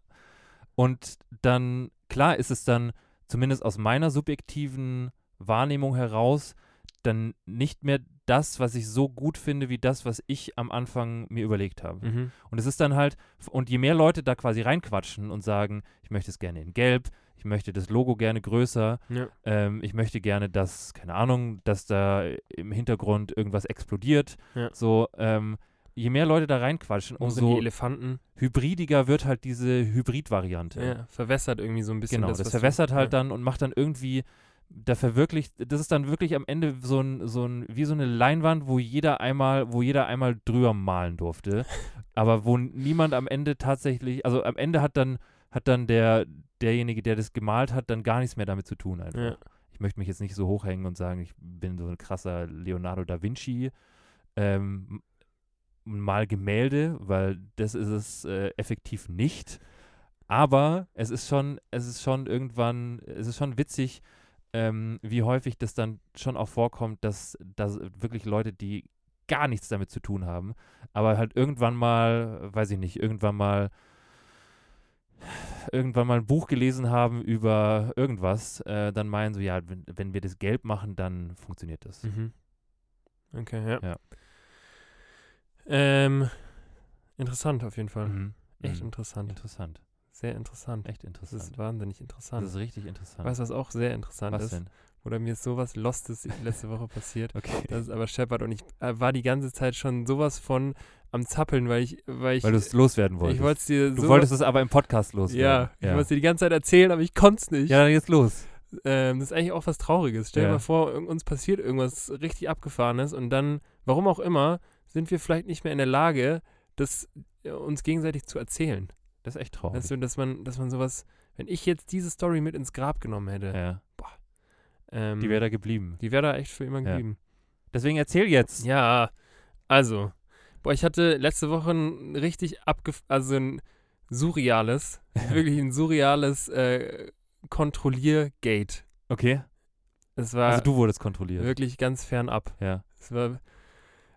Speaker 1: Und dann, klar ist es dann, zumindest aus meiner subjektiven Wahrnehmung heraus, dann nicht mehr das, was ich so gut finde, wie das, was ich am Anfang mir überlegt habe.
Speaker 2: mhm.
Speaker 1: Und es ist dann halt, und je mehr Leute da quasi reinquatschen und sagen, ich möchte es gerne in gelb, ich möchte das Logo gerne größer,
Speaker 2: Ja.
Speaker 1: ähm, ich möchte gerne, dass, keine Ahnung, dass da im Hintergrund irgendwas explodiert,
Speaker 2: Ja.
Speaker 1: so, ähm, je mehr Leute da reinquatschen,
Speaker 2: Wo sind die
Speaker 1: umso
Speaker 2: Elefanten?
Speaker 1: hybridiger wird halt diese Hybrid-Variante.
Speaker 2: Ja, verwässert irgendwie so ein bisschen.
Speaker 1: genau, das,
Speaker 2: was du-
Speaker 1: verwässert halt
Speaker 2: ja.
Speaker 1: dann und macht dann irgendwie, da verwirklicht, das ist dann wirklich am Ende so ein, so ein, wie so eine Leinwand, wo jeder einmal, wo jeder einmal drüber malen durfte, aber wo niemand am Ende tatsächlich, also am Ende hat dann, hat dann der, derjenige, der das gemalt hat, dann gar nichts mehr damit zu tun einfach.
Speaker 2: Ja.
Speaker 1: Ich möchte mich jetzt nicht so hochhängen und sagen, ich bin so ein krasser Leonardo da Vinci. Ähm, mal Gemälde, weil das ist es äh, effektiv nicht. Aber es ist schon, es ist schon irgendwann, es ist schon witzig, ähm, wie häufig das dann schon auch vorkommt, dass, dass wirklich Leute, die gar nichts damit zu tun haben, aber halt irgendwann mal, weiß ich nicht, irgendwann mal irgendwann mal ein Buch gelesen haben über irgendwas, äh, dann meinen so, ja, wenn, wenn wir das gelb machen, dann funktioniert das.
Speaker 2: Mhm. Okay, ja.
Speaker 1: Ja.
Speaker 2: Ähm, interessant auf jeden Fall.
Speaker 1: Mhm.
Speaker 2: Echt
Speaker 1: Mhm.
Speaker 2: interessant.
Speaker 1: interessant.
Speaker 2: Sehr interessant.
Speaker 1: Echt
Speaker 2: Das ist
Speaker 1: interessant.
Speaker 2: wahnsinnig
Speaker 1: Das
Speaker 2: interessant.
Speaker 1: ist richtig interessant.
Speaker 2: weißt du, was auch sehr interessant
Speaker 1: Was
Speaker 2: ist?
Speaker 1: denn?
Speaker 2: Oder mir ist sowas Lostes letzte Woche passiert.
Speaker 1: Okay.
Speaker 2: Das ist aber Shepard und ich äh, war die ganze Zeit schon sowas von am Zappeln, weil ich, weil ich,
Speaker 1: Weil du es loswerden
Speaker 2: ich
Speaker 1: wolltest.
Speaker 2: wollte es dir
Speaker 1: du
Speaker 2: sowas-
Speaker 1: wolltest es aber im Podcast loswerden.
Speaker 2: ja, ich wollte es dir die ganze Zeit erzählen, aber ich konnte es nicht.
Speaker 1: ja dann jetzt los.
Speaker 2: Ähm, das ist eigentlich auch was Trauriges. Stell dir
Speaker 1: Ja.
Speaker 2: mal vor, irg- uns passiert irgendwas richtig Abgefahrenes und dann, warum auch immer, sind wir vielleicht nicht mehr in der Lage, das äh, uns gegenseitig zu erzählen.
Speaker 1: Das ist echt traurig.
Speaker 2: Weißt du, dass man, dass man sowas, wenn ich jetzt diese Story mit ins Grab genommen hätte,
Speaker 1: ja.
Speaker 2: ähm,
Speaker 1: Die wäre da geblieben.
Speaker 2: die wär da echt für immer
Speaker 1: Ja.
Speaker 2: geblieben.
Speaker 1: Deswegen erzähl jetzt.
Speaker 2: Ja, also, boah, ich hatte letzte Woche ein richtig abgef... also ein surreales, wirklich ein surreales äh, Kontrolliergate.
Speaker 1: Okay.
Speaker 2: Es war
Speaker 1: Also du wurdest kontrolliert.
Speaker 2: wirklich ganz fernab.
Speaker 1: Ja.
Speaker 2: Es war,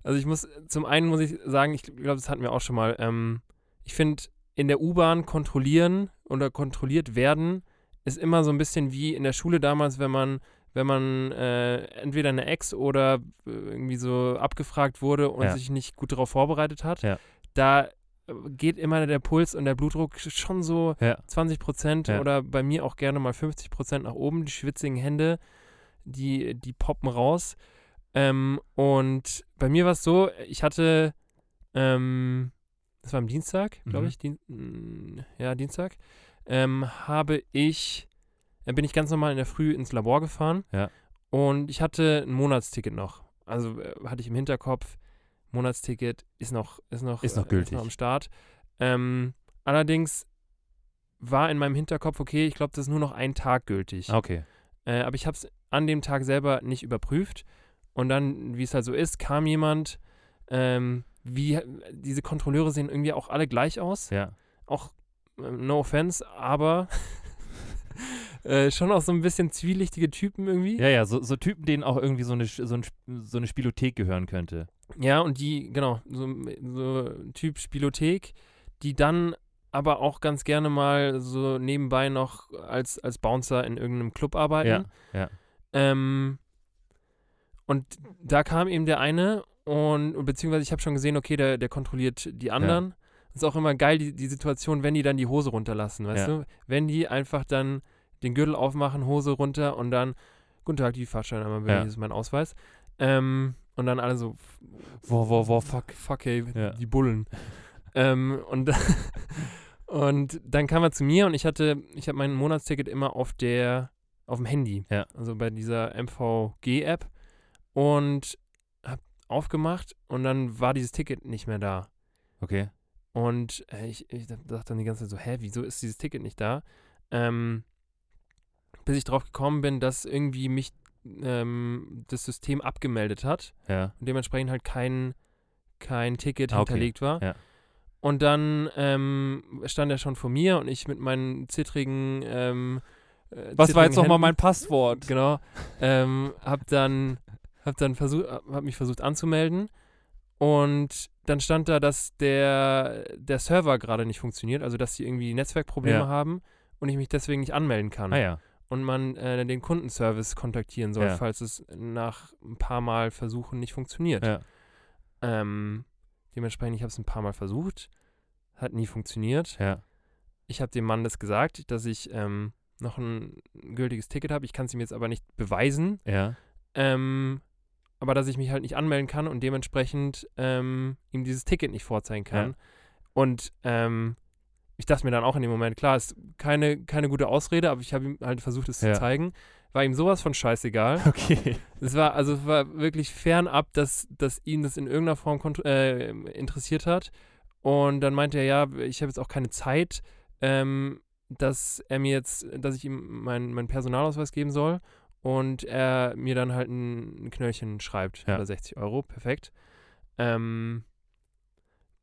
Speaker 2: also ich muss, zum einen muss ich sagen, ich glaube, das hatten wir auch schon mal, ähm, ich finde, in der U-Bahn kontrollieren oder kontrolliert werden ist immer so ein bisschen wie in der Schule damals, wenn man, wenn man äh, entweder eine Ex oder äh, irgendwie so abgefragt wurde und
Speaker 1: Ja.
Speaker 2: sich nicht gut darauf vorbereitet hat.
Speaker 1: Ja.
Speaker 2: Da äh, geht immer der Puls und der Blutdruck schon so
Speaker 1: Ja.
Speaker 2: 20 Prozent
Speaker 1: Ja.
Speaker 2: oder bei mir auch gerne mal 50 Prozent nach oben. Die schwitzigen Hände, die, die poppen raus. Ähm, und bei mir war es so, ich hatte, ähm, das war am Dienstag, glaube
Speaker 1: Mhm.
Speaker 2: ich, Dien mm, ja, Dienstag, ähm, habe ich, äh, bin ich ganz normal in der Früh ins Labor gefahren
Speaker 1: Ja.
Speaker 2: und ich hatte ein Monatsticket noch. Also äh, hatte ich im Hinterkopf, Monatsticket ist noch, ist noch,
Speaker 1: Ist noch
Speaker 2: äh,
Speaker 1: gültig.
Speaker 2: am Start. Ähm, allerdings war in meinem Hinterkopf, okay, ich glaube, das ist nur noch ein Tag gültig.
Speaker 1: Ah, Okay.
Speaker 2: Äh, aber ich habe es an dem Tag selber nicht überprüft. Und dann, wie es halt so ist, kam jemand, ähm, wie diese Kontrolleure sehen irgendwie auch alle gleich aus.
Speaker 1: Ja.
Speaker 2: Auch äh, no offense, aber äh, schon auch so ein bisschen zwielichtige Typen irgendwie.
Speaker 1: Ja, ja, so, so Typen, denen auch irgendwie so eine, Sch- so, ein, Sp- so eine Spielothek gehören könnte.
Speaker 2: Ja, und die, genau, so, so Typ Spielothek, die dann aber auch ganz gerne mal so nebenbei noch als, als Bouncer in irgendeinem Club arbeiten.
Speaker 1: Ja.
Speaker 2: Ähm, und da kam eben der eine und, und beziehungsweise ich habe schon gesehen, okay, der, der kontrolliert die anderen. Ist auch immer geil, die, die Situation, wenn die dann die Hose runterlassen, weißt
Speaker 1: Ja.
Speaker 2: du? Wenn die einfach dann den Gürtel aufmachen, Hose runter und dann, guten Tag, die Fahrschein einmal, bitte,
Speaker 1: Ja.
Speaker 2: hier ist mein Ausweis. Ähm, und dann alle so,
Speaker 1: Wow, wow, wow, fuck.
Speaker 2: fuck, ey,
Speaker 1: Ja.
Speaker 2: die Bullen. ähm, und, und dann kam er zu mir und ich hatte, ich habe mein Monatsticket immer auf der, auf dem Handy.
Speaker 1: Ja.
Speaker 2: Also bei dieser MVG-App und habe aufgemacht und dann war dieses Ticket nicht mehr da.
Speaker 1: Okay.
Speaker 2: Und äh, ich, ich dachte dann die ganze Zeit so, hä, wieso ist dieses Ticket nicht da? Ähm, bis ich drauf gekommen bin, dass irgendwie mich ähm, das System abgemeldet hat
Speaker 1: Ja.
Speaker 2: und dementsprechend halt kein, kein Ticket
Speaker 1: Ah, okay.
Speaker 2: hinterlegt war.
Speaker 1: Ja.
Speaker 2: Und dann ähm, stand er schon vor mir und ich mit meinen zittrigen. Ähm, äh,
Speaker 1: Was war
Speaker 2: zittrigen
Speaker 1: jetzt nochmal
Speaker 2: Händen-
Speaker 1: mein Passwort?
Speaker 2: Genau. ähm, hab dann, hab dann versucht, hab mich versucht anzumelden und dann stand da, dass der, der Server gerade nicht funktioniert, also dass sie irgendwie Netzwerkprobleme
Speaker 1: Ja.
Speaker 2: haben und ich mich deswegen nicht anmelden kann
Speaker 1: Ah ja.
Speaker 2: und man äh, den Kundenservice kontaktieren soll,
Speaker 1: Ja.
Speaker 2: falls es nach ein paar Mal versuchen nicht funktioniert.
Speaker 1: Ja.
Speaker 2: Ähm, dementsprechend, ich habe es ein paar Mal versucht, hat nie funktioniert.
Speaker 1: Ja.
Speaker 2: Ich habe dem Mann das gesagt, dass ich ähm, noch ein gültiges Ticket habe. Ich kann es ihm jetzt aber nicht beweisen,
Speaker 1: Ja.
Speaker 2: ähm, aber dass ich mich halt nicht anmelden kann und dementsprechend ähm, ihm dieses Ticket nicht vorzeigen kann.
Speaker 1: Ja.
Speaker 2: Und ähm, ich dachte mir dann auch in dem Moment, klar, ist keine, keine gute Ausrede, aber ich habe ihm halt versucht, es
Speaker 1: Ja.
Speaker 2: zu zeigen. War ihm sowas von scheißegal.
Speaker 1: Okay.
Speaker 2: Es war also es war wirklich fernab, dass, dass ihn das in irgendeiner Form kont- äh, interessiert hat. Und dann meinte er, ja, ich habe jetzt auch keine Zeit, ähm, dass er mir jetzt, dass ich ihm meinen meinen Personalausweis geben soll und er mir dann halt ein, ein Knöllchen schreibt
Speaker 1: Ja.
Speaker 2: über 60 Euro, perfekt. Ähm,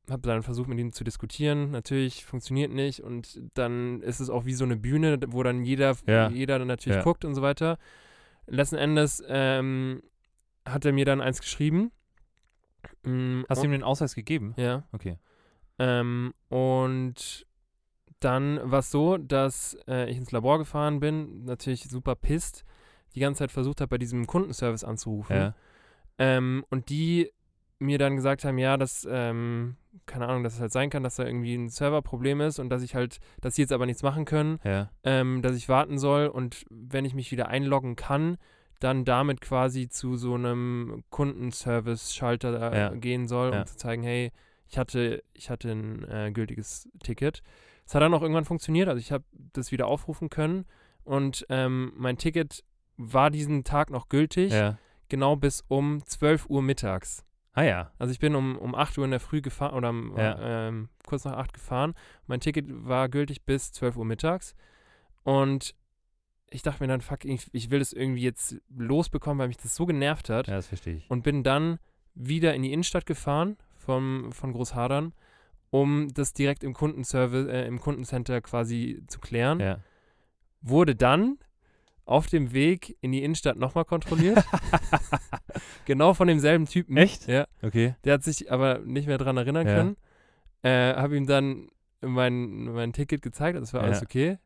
Speaker 2: habe dann versucht, mit ihm zu diskutieren. Natürlich funktioniert nicht und dann ist es auch wie so eine Bühne, wo dann jeder,
Speaker 1: Ja.
Speaker 2: jeder dann natürlich
Speaker 1: Ja.
Speaker 2: guckt und so weiter. Letzten Endes ähm, hat er mir dann eins geschrieben. Mm,
Speaker 1: Hast du
Speaker 2: und,
Speaker 1: ihm den Ausweis gegeben?
Speaker 2: ja.
Speaker 1: Okay.
Speaker 2: Ähm, und dann war es so, dass äh, ich ins Labor gefahren bin, natürlich super pisst, die ganze Zeit versucht habe, bei diesem Kundenservice anzurufen.
Speaker 1: Ja.
Speaker 2: Ähm, und die mir dann gesagt haben, ja, dass, ähm, keine Ahnung, dass es halt sein kann, dass da irgendwie ein Serverproblem ist und dass ich halt, dass sie jetzt aber nichts machen können,
Speaker 1: Ja.
Speaker 2: ähm, dass ich warten soll und wenn ich mich wieder einloggen kann, dann damit quasi zu so einem Kundenservice-Schalter äh,
Speaker 1: Ja.
Speaker 2: gehen soll,
Speaker 1: Ja.
Speaker 2: um zu zeigen, hey, ich hatte, ich hatte ein äh, gültiges Ticket. Es hat dann auch irgendwann funktioniert, also ich habe das wieder aufrufen können und ähm, mein Ticket war diesen Tag noch gültig,
Speaker 1: ja.
Speaker 2: genau bis um 12 Uhr mittags.
Speaker 1: Ah ja.
Speaker 2: Also ich bin um, um 8 Uhr in der Früh gefahren oder um,
Speaker 1: Ja.
Speaker 2: ähm, kurz nach 8 gefahren. Mein Ticket war gültig bis 12 Uhr mittags. Und ich dachte mir dann, fuck, ich, ich will das irgendwie jetzt losbekommen, weil mich das so genervt hat.
Speaker 1: Ja, das verstehe ich.
Speaker 2: Und bin dann wieder in die Innenstadt gefahren vom, von Großhadern, um das direkt im Kundenservice, äh, im Kundencenter quasi zu klären.
Speaker 1: Ja.
Speaker 2: Wurde dann auf dem Weg in die Innenstadt nochmal kontrolliert. genau von demselben Typen.
Speaker 1: Echt?
Speaker 2: Ja.
Speaker 1: Okay.
Speaker 2: Der hat sich aber nicht mehr dran erinnern
Speaker 1: Ja.
Speaker 2: können. Äh, habe ihm dann mein, mein Ticket gezeigt, das war alles
Speaker 1: Ja.
Speaker 2: okay.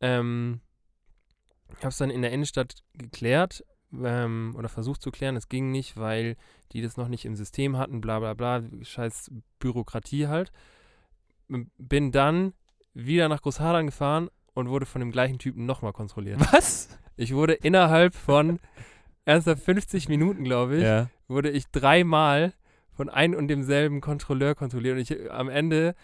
Speaker 2: Ähm, habe es dann in der Innenstadt geklärt ähm, oder versucht zu klären. Es ging nicht, weil die das noch nicht im System hatten, bla bla bla, scheiß Bürokratie halt. M- Bin dann wieder nach Großhadern gefahren und wurde von dem gleichen Typen nochmal kontrolliert.
Speaker 1: Was?
Speaker 2: Ich wurde innerhalb von erst nach 50 Minuten, glaube ich,
Speaker 1: Ja.
Speaker 2: wurde ich dreimal von einem und demselben Kontrolleur kontrolliert. Und ich äh, am Ende,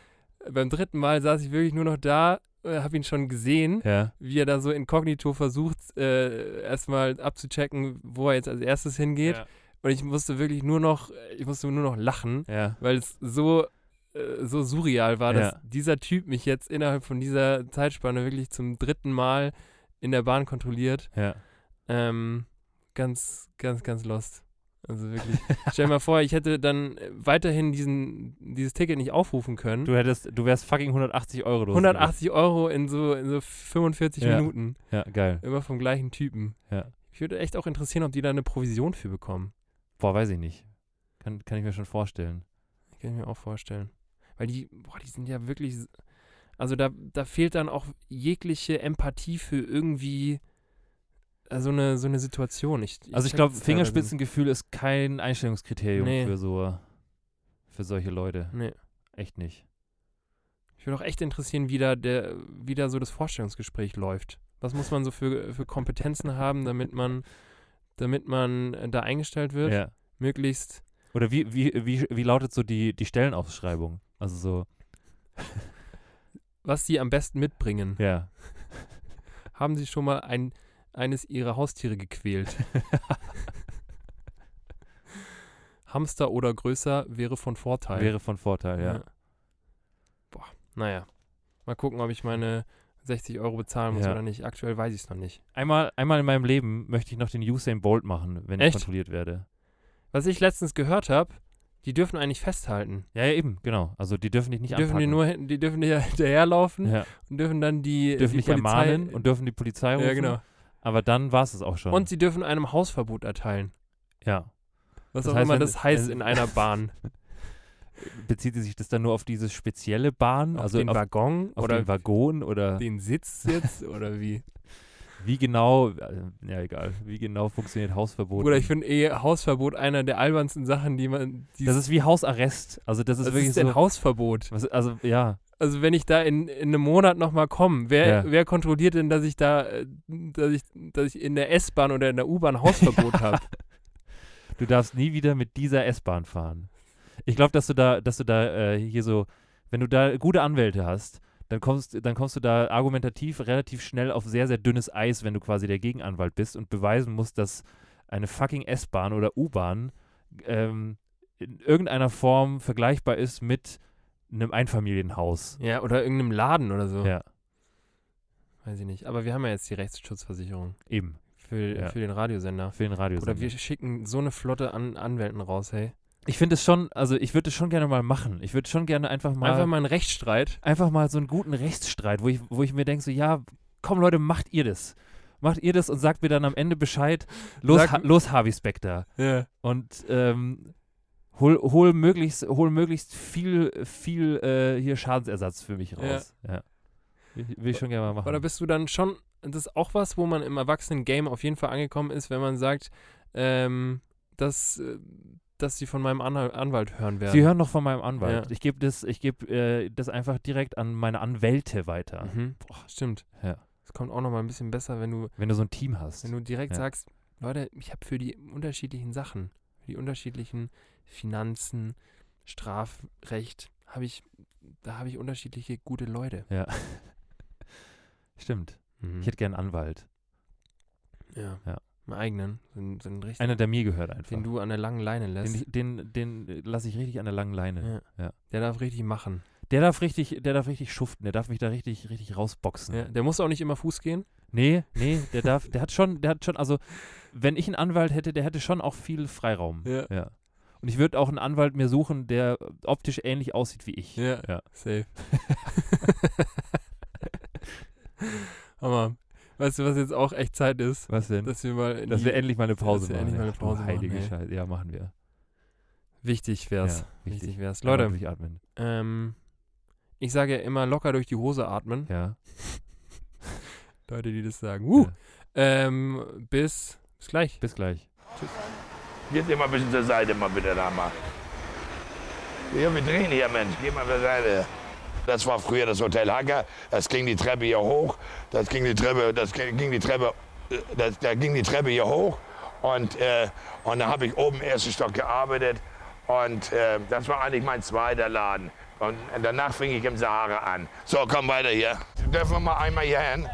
Speaker 2: äh, beim dritten Mal, saß ich wirklich nur noch da, äh, habe ihn schon gesehen,
Speaker 1: Ja.
Speaker 2: wie er da so inkognito versucht, äh, erstmal abzuchecken, wo er jetzt als erstes hingeht.
Speaker 1: Ja.
Speaker 2: Und ich musste wirklich nur noch, ich musste nur noch lachen,
Speaker 1: Ja.
Speaker 2: weil es so, äh, so surreal war, dass
Speaker 1: Ja.
Speaker 2: dieser Typ mich jetzt innerhalb von dieser Zeitspanne wirklich zum dritten Mal in der Bahn kontrolliert.
Speaker 1: Ja.
Speaker 2: Ähm, ganz, ganz, ganz lost. Also wirklich. Stell dir mal vor, ich hätte dann äh, weiterhin diesen, dieses Ticket nicht aufrufen können.
Speaker 1: Du hättest, du wärst fucking 180 Euro los.
Speaker 2: 180 Euro in so, in so 45
Speaker 1: Ja.
Speaker 2: Minuten.
Speaker 1: Ja, geil.
Speaker 2: Immer vom gleichen Typen.
Speaker 1: Ja.
Speaker 2: Ich würde echt auch interessieren, ob die da eine Provision für bekommen.
Speaker 1: Boah, weiß ich nicht. Kann, kann ich mir schon vorstellen.
Speaker 2: Kann ich mir auch vorstellen. Weil die, boah, die sind ja wirklich. s- Also da, da fehlt dann auch jegliche Empathie für irgendwie äh, so eine, so eine Situation. Ich,
Speaker 1: Also ich
Speaker 2: check
Speaker 1: glaube,
Speaker 2: das teilweise nicht.
Speaker 1: Fingerspitzengefühl ist kein Einstellungskriterium
Speaker 2: Nee.
Speaker 1: für so für solche Leute.
Speaker 2: Nee.
Speaker 1: Echt nicht.
Speaker 2: Ich würde auch echt interessieren, wie da, der, wie da so das Vorstellungsgespräch läuft. Was muss man so für, für Kompetenzen haben, damit man, damit man äh, da eingestellt wird?
Speaker 1: Ja.
Speaker 2: Möglichst
Speaker 1: Oder wie, wie, wie, wie lautet so die, die Stellenausschreibung? Also so,
Speaker 2: was sie am besten mitbringen.
Speaker 1: ja.
Speaker 2: Haben sie schon mal ein, eines ihrer Haustiere gequält? Hamster oder größer wäre von Vorteil.
Speaker 1: Wäre von Vorteil, ja.
Speaker 2: Boah, naja. Mal gucken, ob ich meine 60 Euro bezahlen muss
Speaker 1: Ja.
Speaker 2: oder nicht. Aktuell weiß ich es noch nicht.
Speaker 1: Einmal, einmal in meinem Leben möchte ich noch den Usain Bolt machen, wenn ich
Speaker 2: Echt?
Speaker 1: kontrolliert werde.
Speaker 2: Was ich letztens gehört habe, die dürfen eigentlich festhalten.
Speaker 1: Ja, ja, eben, genau. Also die dürfen dich nicht
Speaker 2: dürfen die
Speaker 1: anpacken.
Speaker 2: nur hin- die dürfen dir hinterherlaufen
Speaker 1: ja,
Speaker 2: und dürfen dann die
Speaker 1: dürfen
Speaker 2: Äh, die
Speaker 1: dich
Speaker 2: Polizei-
Speaker 1: ermahnen und dürfen die Polizei rufen.
Speaker 2: ja genau
Speaker 1: Aber dann war es es auch schon.
Speaker 2: und sie dürfen einem Hausverbot erteilen
Speaker 1: ja.
Speaker 2: was
Speaker 1: Das
Speaker 2: auch
Speaker 1: heißt,
Speaker 2: immer
Speaker 1: wenn-
Speaker 2: das heißt
Speaker 1: wenn-
Speaker 2: in einer Bahn
Speaker 1: Bezieht sich das dann nur auf diese spezielle Bahn? also
Speaker 2: den
Speaker 1: auf,
Speaker 2: Waggon
Speaker 1: auf
Speaker 2: oder
Speaker 1: den Waggon oder
Speaker 2: den Sitz jetzt oder wie
Speaker 1: wie genau, äh, ja egal, wie genau funktioniert Hausverbot?
Speaker 2: oder ich finde eh Hausverbot einer der albernsten Sachen die man die
Speaker 1: das ist wie Hausarrest. Also das ist
Speaker 2: was
Speaker 1: wirklich
Speaker 2: ist denn
Speaker 1: so.
Speaker 2: Hausverbot
Speaker 1: Was, also ja,
Speaker 2: also wenn ich da in, in einem Monat noch mal komme wer
Speaker 1: Ja.
Speaker 2: wer kontrolliert denn dass ich da äh, dass ich dass ich in der S-Bahn oder in der U-Bahn Hausverbot habe
Speaker 1: du darfst nie wieder mit dieser S-Bahn fahren. Ich glaube, dass du da, dass du da äh, hier so, wenn du da gute Anwälte hast, dann kommst, dann kommst du da argumentativ relativ schnell auf sehr, sehr dünnes Eis, wenn du quasi der Gegenanwalt bist und beweisen musst, dass eine fucking S-Bahn oder U-Bahn ähm, in irgendeiner Form vergleichbar ist mit einem Einfamilienhaus.
Speaker 2: ja oder irgendeinem Laden oder so
Speaker 1: Ja,
Speaker 2: Weiß ich nicht. Aber wir haben ja jetzt die Rechtsschutzversicherung
Speaker 1: eben.
Speaker 2: für,
Speaker 1: Ja.
Speaker 2: für den Radiosender.
Speaker 1: Für den Radio.
Speaker 2: Oder wir schicken so eine Flotte an Anwälten raus, hey.
Speaker 1: Ich finde es schon, also ich würde es schon gerne mal machen. Ich würde schon gerne einfach mal
Speaker 2: Einfach mal einen Rechtsstreit.
Speaker 1: einfach mal so einen guten Rechtsstreit, wo ich, wo ich mir denke, so, ja, komm Leute, macht ihr das. Macht ihr das und sagt mir dann am Ende Bescheid, los,
Speaker 2: Sag-
Speaker 1: ha los Harvey Specter.
Speaker 2: Ja.
Speaker 1: Und ähm, hol, hol, möglichst, hol möglichst viel, viel äh, hier Schadensersatz für mich raus. Ja. Will ich- will ich schon gerne mal machen.
Speaker 2: Oder bist du dann schon, das ist auch was, wo man im Erwachsenen-Game auf jeden Fall angekommen ist, wenn man sagt, ähm, dass, äh, dass sie von meinem Anhal- Anwalt hören werden.
Speaker 1: Sie hören noch von meinem Anwalt.
Speaker 2: Ja.
Speaker 1: Ich gebe das, ich gebe äh, das einfach direkt an meine Anwälte weiter.
Speaker 2: Mhm. Boah, stimmt.
Speaker 1: Ja.
Speaker 2: Es kommt auch noch mal ein bisschen besser, wenn du,
Speaker 1: Wenn du so ein Team hast.
Speaker 2: wenn du direkt
Speaker 1: Ja.
Speaker 2: sagst, Leute, ich habe für die unterschiedlichen Sachen, für die unterschiedlichen Finanzen, Strafrecht, habe ich, da habe ich unterschiedliche gute Leute.
Speaker 1: ja.
Speaker 2: Mhm.
Speaker 1: Stimmt. Ich hätte gern einen Anwalt.
Speaker 2: ja.
Speaker 1: Mhm. Ja.
Speaker 2: Einen eigenen, so einen, so einen richtigen,
Speaker 1: Einer, der mir gehört einfach.
Speaker 2: den du an der langen Leine
Speaker 1: den,
Speaker 2: lässt.
Speaker 1: ich- den, den lasse ich richtig an der langen Leine.
Speaker 2: ja.
Speaker 1: Ja.
Speaker 2: Der darf richtig machen.
Speaker 1: Der darf richtig, der darf richtig schuften, der darf mich da richtig, richtig rausboxen.
Speaker 2: Ja. Der muss auch nicht immer Fuß gehen.
Speaker 1: Nee, nee, der darf, der hat schon, der hat schon, also wenn ich einen Anwalt hätte, der hätte schon auch viel Freiraum.
Speaker 2: Ja.
Speaker 1: Und ich würde auch einen Anwalt mir suchen, der optisch ähnlich aussieht wie ich.
Speaker 2: Ja,
Speaker 1: Ja.
Speaker 2: safe. Hammer. Weißt du, was jetzt auch echt Zeit ist?
Speaker 1: Was denn?
Speaker 2: Dass wir mal in
Speaker 1: Dass wir
Speaker 2: die,
Speaker 1: endlich mal eine Pause
Speaker 2: dass wir
Speaker 1: machen.
Speaker 2: endlich mal eine
Speaker 1: Ach du
Speaker 2: Pause machen,
Speaker 1: heilige
Speaker 2: ey.
Speaker 1: Scheiße. Ja, machen wir.
Speaker 2: wichtig wär's.
Speaker 1: ja,
Speaker 2: wichtig.
Speaker 1: wichtig.
Speaker 2: wär's.
Speaker 1: Einmal
Speaker 2: Leute,
Speaker 1: durchatmen.
Speaker 2: ähm, ich sage ja immer locker durch die Hose atmen.
Speaker 1: Ja.
Speaker 2: Leute, die das sagen. Uh,
Speaker 1: Ja.
Speaker 2: ähm, bis, bis gleich.
Speaker 1: Bis gleich.
Speaker 3: Geht immer ein bisschen zur Seite, mal bitte da mal. Ja, wir drehen hier, Mensch. Geh mal zur Seite. Das war früher das Hotel Hacker. Das ging die Treppe hier hoch. Das ging die Treppe, das ging ging die Treppe, äh, das, da ging die Treppe hier hoch. Und, äh, und da habe ich oben im ersten Stock gearbeitet. Und äh, das war eigentlich mein zweiter Laden. Und danach fing ich im Sahara an. So, komm weiter hier. Dürfen wir mal einmal hier hin?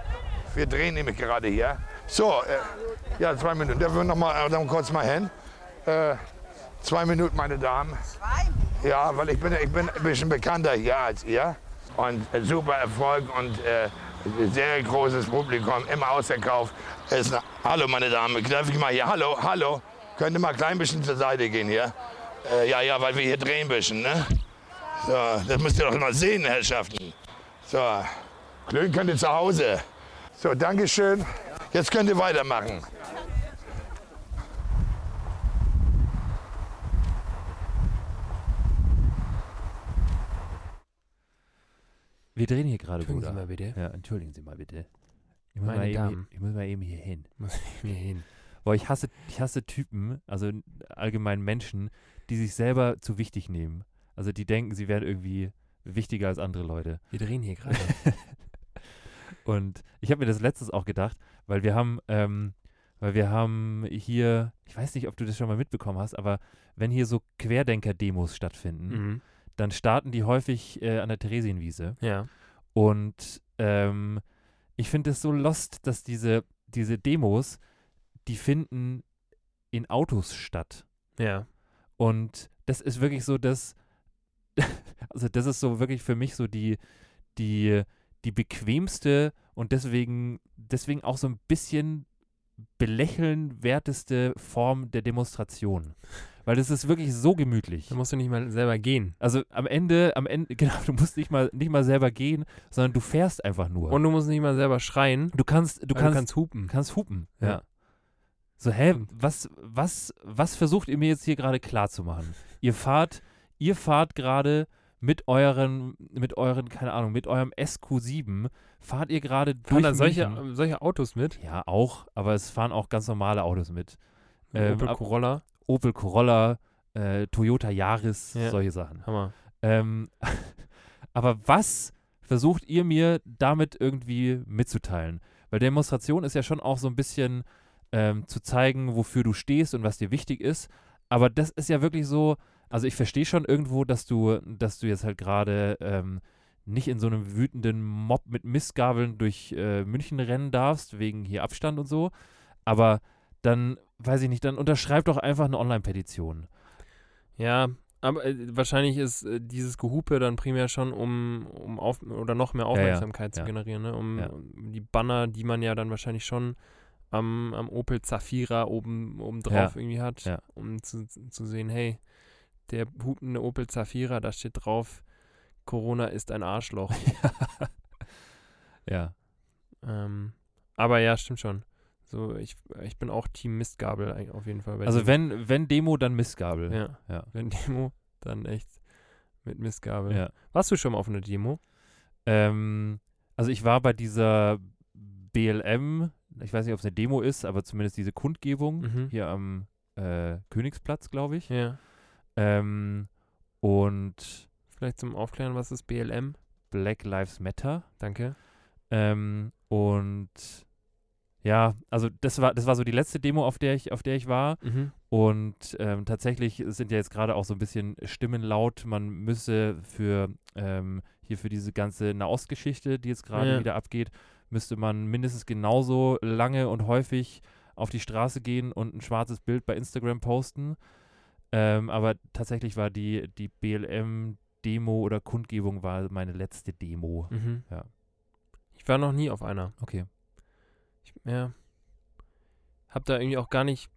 Speaker 3: Wir drehen nämlich gerade hier. So, äh, ja, zwei Minuten. Dürfen wir noch mal, äh, dann kurz mal hin? Äh, zwei Minuten, meine Damen. Ja, weil ich bin, ich bin ein bisschen bekannter hier als ihr. Und äh, super Erfolg und äh, sehr großes Publikum, immer ausverkauft. Ist eine, hallo, meine Damen, darf ich mal hier? Hallo, hallo. Könnt ihr mal klein bisschen zur Seite gehen hier? Äh, ja, ja, weil wir hier drehen ein bisschen, ne? So, das müsst ihr doch mal sehen, Herrschaften. So, klönen könnt ihr zu Hause. So, Dankeschön. Jetzt könnt ihr weitermachen.
Speaker 1: Wir drehen hier gerade,
Speaker 2: Entschuldigen Sie
Speaker 1: Bruder.
Speaker 2: mal bitte.
Speaker 1: Ja, entschuldigen Sie mal bitte. Ich muss,
Speaker 2: Meine
Speaker 1: mal eben, hier-
Speaker 2: Damen.
Speaker 1: ich muss mal eben hier hin.
Speaker 2: Muss ich mir hin.
Speaker 1: Boah, ich hasse, ich hasse Typen, also allgemein Menschen, die sich selber zu wichtig nehmen. Also die denken, sie wären irgendwie wichtiger als andere Leute.
Speaker 2: Wir drehen hier gerade.
Speaker 1: Und ich habe mir das letztes auch gedacht, weil wir haben, ähm, weil wir haben hier, ich weiß nicht, ob du das schon mal mitbekommen hast, aber wenn hier so Querdenker-Demos stattfinden,
Speaker 2: mhm.
Speaker 1: dann starten die häufig äh, an der Theresienwiese.
Speaker 2: Ja.
Speaker 1: Und ähm, ich finde es so lost, dass diese, diese Demos, die finden in Autos statt.
Speaker 2: Ja.
Speaker 1: Und das ist wirklich so das, also das ist so wirklich für mich so die, die, die bequemste und deswegen, deswegen auch so ein bisschen belächelnwerteste Form der Demonstration. Weil das ist wirklich so gemütlich.
Speaker 2: Da musst du nicht mal selber gehen.
Speaker 1: Also am Ende, am Ende, genau, du musst nicht mal, nicht mal selber gehen, sondern du fährst einfach nur.
Speaker 2: Und du musst nicht mal selber schreien.
Speaker 1: du kannst, du
Speaker 2: aber
Speaker 1: kannst,
Speaker 2: Ah, kannst hupen.
Speaker 1: kannst hupen.
Speaker 2: Ja.
Speaker 1: Ja. So, hä, was, was, was versucht ihr mir jetzt hier gerade klarzumachen? Ihr fahrt, ihr fahrt gerade mit euren, mit euren, keine Ahnung, mit eurem SQ7, fahrt ihr gerade durch
Speaker 2: Fahren da
Speaker 1: München.
Speaker 2: solche, solche Autos mit?
Speaker 1: Ja, auch, aber es fahren auch ganz normale Autos mit. Ähm,
Speaker 2: Opel
Speaker 1: ab-
Speaker 2: Corolla.
Speaker 1: Opel Corolla, äh, Toyota Yaris,
Speaker 2: Ja.
Speaker 1: solche Sachen.
Speaker 2: Hammer.
Speaker 1: Ähm, aber was versucht ihr mir damit irgendwie mitzuteilen? Weil Demonstration ist ja schon auch so ein bisschen ähm, zu zeigen, wofür du stehst und was dir wichtig ist. Aber das ist ja wirklich so, also ich verstehe schon irgendwo, dass du, dass du jetzt halt gerade ähm, nicht in so einem wütenden Mob mit Missgabeln durch äh, München rennen darfst, wegen hier Abstand und so. Aber dann, weiß ich nicht, dann unterschreib doch einfach eine Online-Petition.
Speaker 2: Ja, aber äh, wahrscheinlich ist äh, dieses Gehupe dann primär schon, um, um auf, oder noch mehr
Speaker 1: ja,
Speaker 2: Aufmerksamkeit
Speaker 1: ja.
Speaker 2: zu generieren, ne? um,
Speaker 1: Ja.
Speaker 2: um die Banner, die man ja dann wahrscheinlich schon am, am Opel Zafira oben, oben drauf
Speaker 1: Ja,
Speaker 2: irgendwie hat,
Speaker 1: ja.
Speaker 2: um zu, zu sehen, hey, der hupende Opel Zafira, da steht drauf, Corona ist ein Arschloch.
Speaker 1: Ja.
Speaker 2: ähm, aber ja, stimmt schon. So, ich, ich bin auch Team Mistgabel eigentlich auf jeden Fall. Bei
Speaker 1: Also
Speaker 2: dem-
Speaker 1: wenn, wenn Demo, dann Missgabel.
Speaker 2: ja,
Speaker 1: Ja.
Speaker 2: wenn Demo, dann echt mit Mistgabel.
Speaker 1: Ja.
Speaker 2: Warst du schon mal auf einer Demo?
Speaker 1: Ähm, also ich war bei dieser BLM, ich weiß nicht, ob es eine Demo ist, aber zumindest diese Kundgebung
Speaker 2: Mhm.
Speaker 1: hier am äh, Königsplatz, glaube ich.
Speaker 2: Ja.
Speaker 1: Ähm, und
Speaker 2: Vielleicht zum Aufklären, was ist BLM?
Speaker 1: Black Lives Matter.
Speaker 2: Danke.
Speaker 1: Ähm, und ja, also das war, das war so die letzte Demo, auf der ich, auf der ich war.
Speaker 2: Mhm.
Speaker 1: Und ähm, tatsächlich sind ja jetzt gerade auch so ein bisschen Stimmen laut, man müsse für ähm, hier für diese ganze Nahostgeschichte, die jetzt gerade
Speaker 2: Ja.
Speaker 1: wieder abgeht, müsste man mindestens genauso lange und häufig auf die Straße gehen und ein schwarzes Bild bei Instagram posten. Ähm, aber tatsächlich war die, die BLM-Demo oder Kundgebung war meine letzte Demo.
Speaker 2: Mhm.
Speaker 1: Ja.
Speaker 2: Ich war noch nie auf einer.
Speaker 1: Okay.
Speaker 2: Ich, ja. Hab da irgendwie auch gar nicht.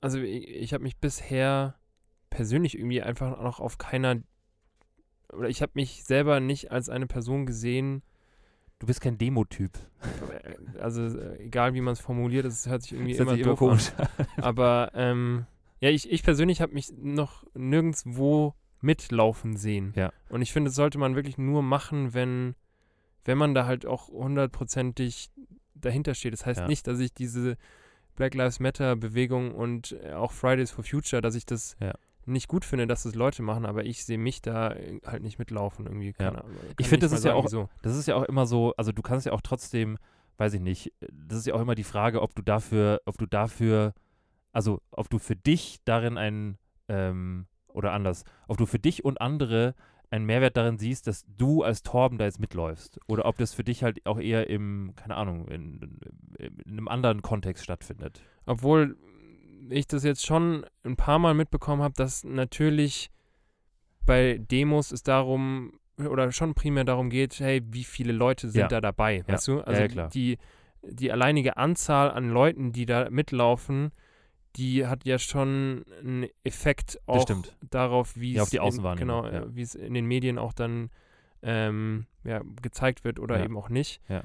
Speaker 2: Also ich, ich habe mich bisher persönlich irgendwie einfach noch auf keiner. Oder ich habe mich selber nicht als eine Person gesehen.
Speaker 1: Du bist kein Demo-Typ.
Speaker 2: Also äh, egal wie man es formuliert, es hört sich irgendwie
Speaker 1: Das hört
Speaker 2: immer,
Speaker 1: sich
Speaker 2: doof an. Aber ähm, ja, ich, ich persönlich habe mich noch nirgendwo mitlaufen sehen.
Speaker 1: Ja.
Speaker 2: Und ich finde, das sollte man wirklich nur machen, wenn, wenn man da halt auch hundertprozentig dahinter steht. Das heißt
Speaker 1: Ja.
Speaker 2: nicht, dass ich diese Black Lives Matter Bewegung und äh, auch Fridays for Future, dass ich das
Speaker 1: Ja.
Speaker 2: nicht gut finde, dass das Leute machen, aber ich sehe mich da äh, halt nicht mitlaufen irgendwie. Keine Ahnung. Kann
Speaker 1: Ich find,
Speaker 2: nicht
Speaker 1: das ist
Speaker 2: mal
Speaker 1: ja
Speaker 2: sagen,
Speaker 1: auch-
Speaker 2: wieso.
Speaker 1: Das ist ja auch immer so, also du kannst ja auch trotzdem, weiß ich nicht, das ist ja auch immer die Frage, ob du dafür, ob du dafür, also ob du für dich darin einen, ähm, oder anders, ob du für dich und andere einen Mehrwert darin siehst, dass du als Torben da jetzt mitläufst. Oder ob das für dich halt auch eher im, keine Ahnung, in, in einem anderen Kontext stattfindet.
Speaker 2: obwohl ich das jetzt schon ein paar Mal mitbekommen habe, dass natürlich bei Demos es darum oder schon primär darum geht, hey, wie viele Leute sind
Speaker 1: Ja.
Speaker 2: da dabei,
Speaker 1: Ja.
Speaker 2: weißt du? Also
Speaker 1: ja, klar.
Speaker 2: die die alleinige Anzahl an Leuten, die da mitlaufen, die hat ja schon einen Effekt auch
Speaker 1: stimmt.
Speaker 2: darauf, wie
Speaker 1: Ja, auf
Speaker 2: es
Speaker 1: die
Speaker 2: in-
Speaker 1: Außenwahrnehmung,
Speaker 2: genau,
Speaker 1: ja.
Speaker 2: äh, wie es in den Medien auch dann ähm, ja, gezeigt wird oder
Speaker 1: Ja.
Speaker 2: eben auch nicht.
Speaker 1: Ja.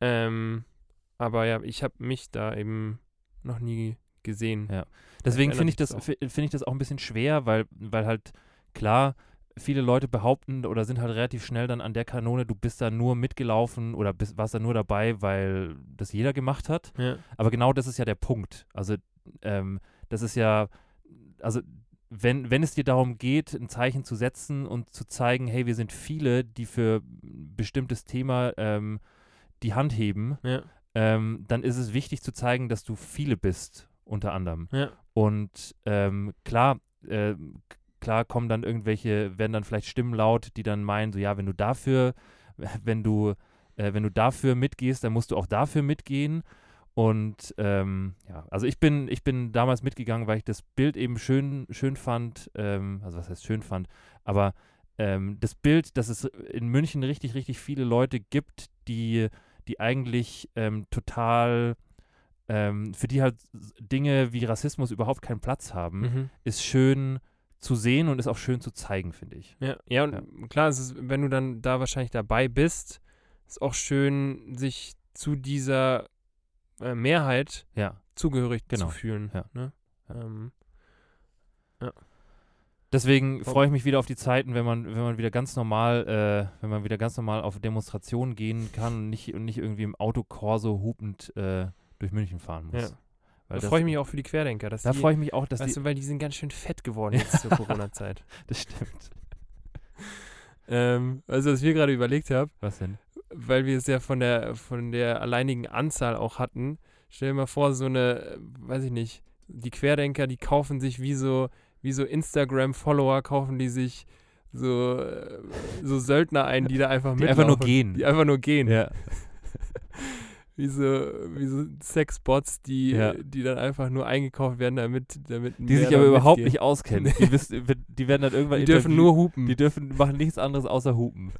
Speaker 2: Ähm, aber ja, ich habe mich da eben noch nie gesehen.
Speaker 1: Ja. Deswegen
Speaker 2: erinnert
Speaker 1: finde ich,
Speaker 2: mich das
Speaker 1: das-
Speaker 2: auch.
Speaker 1: fi- finde ich das auch ein bisschen schwer, weil, weil halt klar, viele Leute behaupten oder sind halt relativ schnell dann an der Kanone, du bist da nur mitgelaufen oder bist, warst da nur dabei, weil das jeder gemacht hat.
Speaker 2: Ja.
Speaker 1: Aber genau das ist ja der Punkt. Also, ähm, das ist ja, also, wenn, wenn es dir darum geht, ein Zeichen zu setzen und zu zeigen, hey, wir sind viele, die für ein bestimmtes Thema ähm, die Hand heben,
Speaker 2: Ja.
Speaker 1: ähm, dann ist es wichtig zu zeigen, dass du viele bist, unter anderem.
Speaker 2: Ja.
Speaker 1: Und ähm, klar, äh, k- klar kommen dann irgendwelche, werden dann vielleicht Stimmen laut, die dann meinen, so ja, wenn du dafür, wenn du, äh, wenn du dafür mitgehst, dann musst du auch dafür mitgehen. Und ähm, ja, also ich bin, ich bin damals mitgegangen, weil ich das Bild eben schön, schön fand, ähm, also was heißt schön fand, aber ähm, das Bild, dass es in München richtig, richtig viele Leute gibt, die, die eigentlich ähm, total, ähm, für die halt s- Dinge wie Rassismus überhaupt keinen Platz haben,
Speaker 2: Mhm.
Speaker 1: ist schön zu sehen und ist auch schön zu zeigen, finde ich.
Speaker 2: Ja. ja, und klar, es ist, wenn du dann da wahrscheinlich dabei bist, ist auch schön, sich zu dieser äh, Mehrheit
Speaker 1: Ja.
Speaker 2: zugehörig
Speaker 1: Genau.
Speaker 2: zu fühlen.
Speaker 1: Ja.
Speaker 2: Ne?
Speaker 1: Ja.
Speaker 2: Ähm,
Speaker 1: Deswegen
Speaker 2: Voll.
Speaker 1: freue ich mich wieder auf die Zeiten, wenn man, wenn man wieder ganz normal, äh, wenn man wieder ganz normal auf Demonstrationen gehen kann und nicht, und nicht irgendwie im Autokorso hupend äh, durch München fahren muss.
Speaker 2: Ja.
Speaker 1: Weil
Speaker 2: da
Speaker 1: das-
Speaker 2: freue ich mich auch für die Querdenker, dass
Speaker 1: Da
Speaker 2: die,
Speaker 1: freue ich mich auch, dass
Speaker 2: weißt
Speaker 1: die.
Speaker 2: du, weil die sind ganz schön fett geworden jetzt zur Corona-Zeit.
Speaker 1: Das stimmt.
Speaker 2: Ähm, also, was ich mir gerade überlegt habe,
Speaker 1: Was denn?
Speaker 2: weil wir es ja von der, von der alleinigen Anzahl auch hatten, stell dir mal vor, so eine, äh, weiß ich nicht, die Querdenker, die kaufen sich wie so, wie so Instagram-Follower, kaufen die sich so, äh, so Söldner ein, die da einfach
Speaker 1: Die einfach nur
Speaker 2: mitlaufen.
Speaker 1: gehen.
Speaker 2: Die einfach nur gehen.
Speaker 1: Ja.
Speaker 2: Wie so, wie so Sexbots, die,
Speaker 1: Ja.
Speaker 2: die dann einfach nur eingekauft werden, damit, damit
Speaker 1: Die sich aber überhaupt nicht auskennen. Die, wissen, die werden dann irgendwann
Speaker 2: Die dürfen
Speaker 1: interviewt.
Speaker 2: nur hupen.
Speaker 1: Die dürfen machen nichts anderes außer hupen.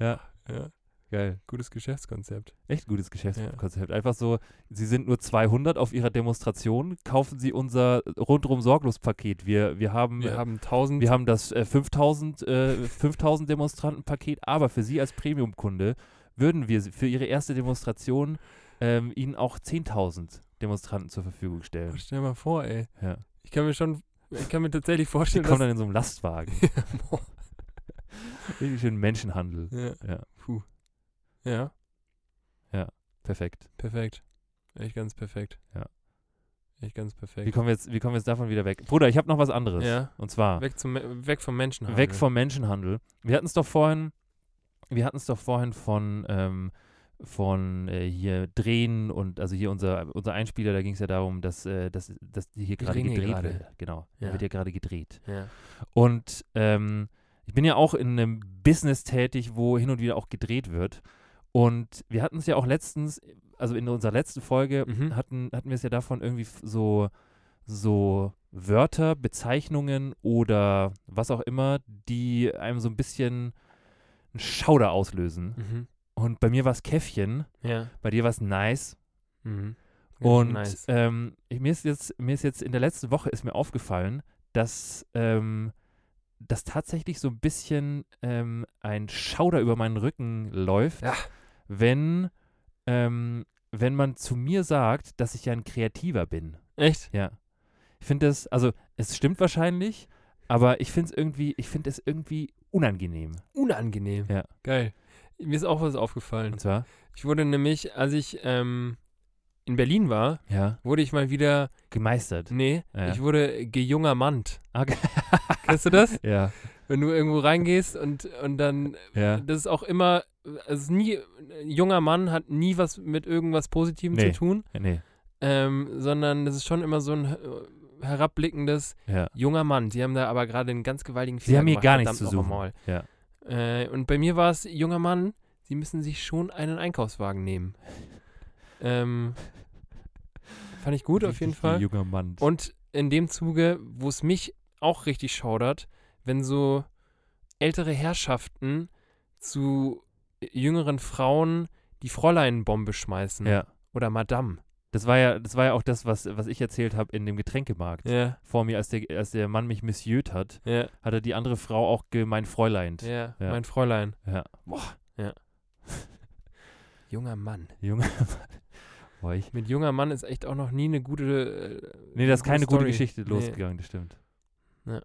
Speaker 1: ja,
Speaker 2: ja,
Speaker 1: geil.
Speaker 2: gutes Geschäftskonzept.
Speaker 1: Echt gutes Geschäftskonzept. Einfach so, sie sind nur 200 auf ihrer Demonstration, kaufen sie unser rundrum sorglos Paket. Wir, wir haben
Speaker 2: Wir
Speaker 1: äh,
Speaker 2: haben 1000
Speaker 1: wir haben das äh, 5000 äh, 5000 Demonstranten Paket, aber für sie als Premium Kunde würden wir sie- für ihre erste Demonstration ähm, ihnen auch 10.000 Demonstranten zur Verfügung stellen.
Speaker 2: Stell dir mal vor, ey.
Speaker 1: Ja.
Speaker 2: Ich kann mir schon, ich kann mir tatsächlich
Speaker 1: Die
Speaker 2: vorstellen,
Speaker 1: kommen dann in so einem Lastwagen.
Speaker 2: dass, boah,
Speaker 1: Richtig schön Menschenhandel.
Speaker 2: ja.
Speaker 1: Ja.
Speaker 2: Puh. Ja,
Speaker 1: Perfekt.
Speaker 2: perfekt. Echt ganz perfekt.
Speaker 1: Ja.
Speaker 2: Echt ganz
Speaker 1: Wie
Speaker 2: perfekt.
Speaker 1: kommen wir jetzt, wie kommen wir jetzt davon wieder weg? Bruder, ich habe noch was anderes.
Speaker 2: Ja.
Speaker 1: Und zwar
Speaker 2: Weg, zum, Me- weg vom Menschen.
Speaker 1: Ah. weg vom Menschenhandel. Wir hatten es doch vorhin, wir hatten es doch vorhin von, ähm, von äh, hier Drehen und also hier unser, unser Einspieler, da ging es ja darum, dass, äh, dass, dass hier gerade
Speaker 2: reden hier
Speaker 1: gedreht
Speaker 2: gerade.
Speaker 1: wird. Genau. Da
Speaker 2: Ja.
Speaker 1: wird ja gerade gedreht.
Speaker 2: Ja.
Speaker 1: Und ähm, ich bin ja auch in einem Business tätig, wo hin und wieder auch gedreht wird. Und wir hatten es ja auch letztens, also in unserer letzten Folge
Speaker 2: Mhm.
Speaker 1: hatten, hatten wir es ja davon irgendwie f- so, so Wörter, Bezeichnungen oder was auch immer, die einem so ein bisschen einen Schauder auslösen.
Speaker 2: Mhm.
Speaker 1: Und bei mir war es Käffchen,
Speaker 2: Ja.
Speaker 1: bei dir war es nice.
Speaker 2: Mhm. Ja,
Speaker 1: Und
Speaker 2: nice.
Speaker 1: ähm, ich, mir, ist jetzt, mir ist jetzt in der letzten Woche ist mir aufgefallen, dass ähm, das tatsächlich so ein bisschen ähm, ein Schauder über meinen Rücken läuft,
Speaker 2: Ja.
Speaker 1: wenn, ähm, wenn man zu mir sagt, dass ich ja ein Kreativer bin.
Speaker 2: Echt?
Speaker 1: Ja. Ich finde das, also es stimmt wahrscheinlich, aber ich finde es irgendwie, ich finde es irgendwie unangenehm.
Speaker 2: Unangenehm.
Speaker 1: Ja.
Speaker 2: Geil. Mir ist auch was aufgefallen.
Speaker 1: Und zwar?
Speaker 2: Ich wurde nämlich, als ich ähm, in Berlin war,
Speaker 1: Ja.
Speaker 2: wurde ich mal wieder,
Speaker 1: Gemeistert.
Speaker 2: nee,
Speaker 1: Ja.
Speaker 2: ich wurde gejungermannt.
Speaker 1: Ah, ge-
Speaker 2: Kennst du das?
Speaker 1: ja.
Speaker 2: Wenn du irgendwo reingehst und, und dann,
Speaker 1: Ja.
Speaker 2: das ist auch immer, also nie, ein junger Mann hat nie was mit irgendwas Positivem
Speaker 1: Nee.
Speaker 2: zu tun,
Speaker 1: Äh, Nee.
Speaker 2: ähm, sondern das ist schon immer so ein äh, herabblickendes
Speaker 1: Ja.
Speaker 2: junger Mann. Sie haben da aber gerade einen ganz gewaltigen Fehler
Speaker 1: Sie haben hier
Speaker 2: gemacht,
Speaker 1: gar nichts zu
Speaker 2: verdammt noch
Speaker 1: suchen. Ja.
Speaker 2: einmal. Äh, und bei mir war es, junger Mann, Sie müssen sich schon einen Einkaufswagen nehmen. ähm, fand ich gut auf jeden
Speaker 1: Richtig
Speaker 2: Fall.
Speaker 1: Junger Mann.
Speaker 2: Und in dem Zuge, wo es mich auch richtig schaudert, wenn so ältere Herrschaften zu jüngeren Frauen die Fräuleinbombe schmeißen.
Speaker 1: ja.
Speaker 2: Oder Madame.
Speaker 1: Das war ja, das war ja auch das, was, was ich erzählt habe in dem Getränkemarkt.
Speaker 2: Ja,
Speaker 1: Vor mir, als der, als der Mann mich missiöt hat,
Speaker 2: ja,
Speaker 1: hat er die andere Frau auch gemeint Fräulein.
Speaker 2: ja,
Speaker 1: Ja.
Speaker 2: mein Fräulein.
Speaker 1: Ja.
Speaker 2: Junger Mann.
Speaker 1: Junge. Boah, ich,
Speaker 2: Mit junger Mann ist echt auch noch nie eine gute. Äh,
Speaker 1: nee, das ist keine gute
Speaker 2: Story.
Speaker 1: Geschichte
Speaker 2: Nee.
Speaker 1: losgegangen, das stimmt.
Speaker 2: Ja.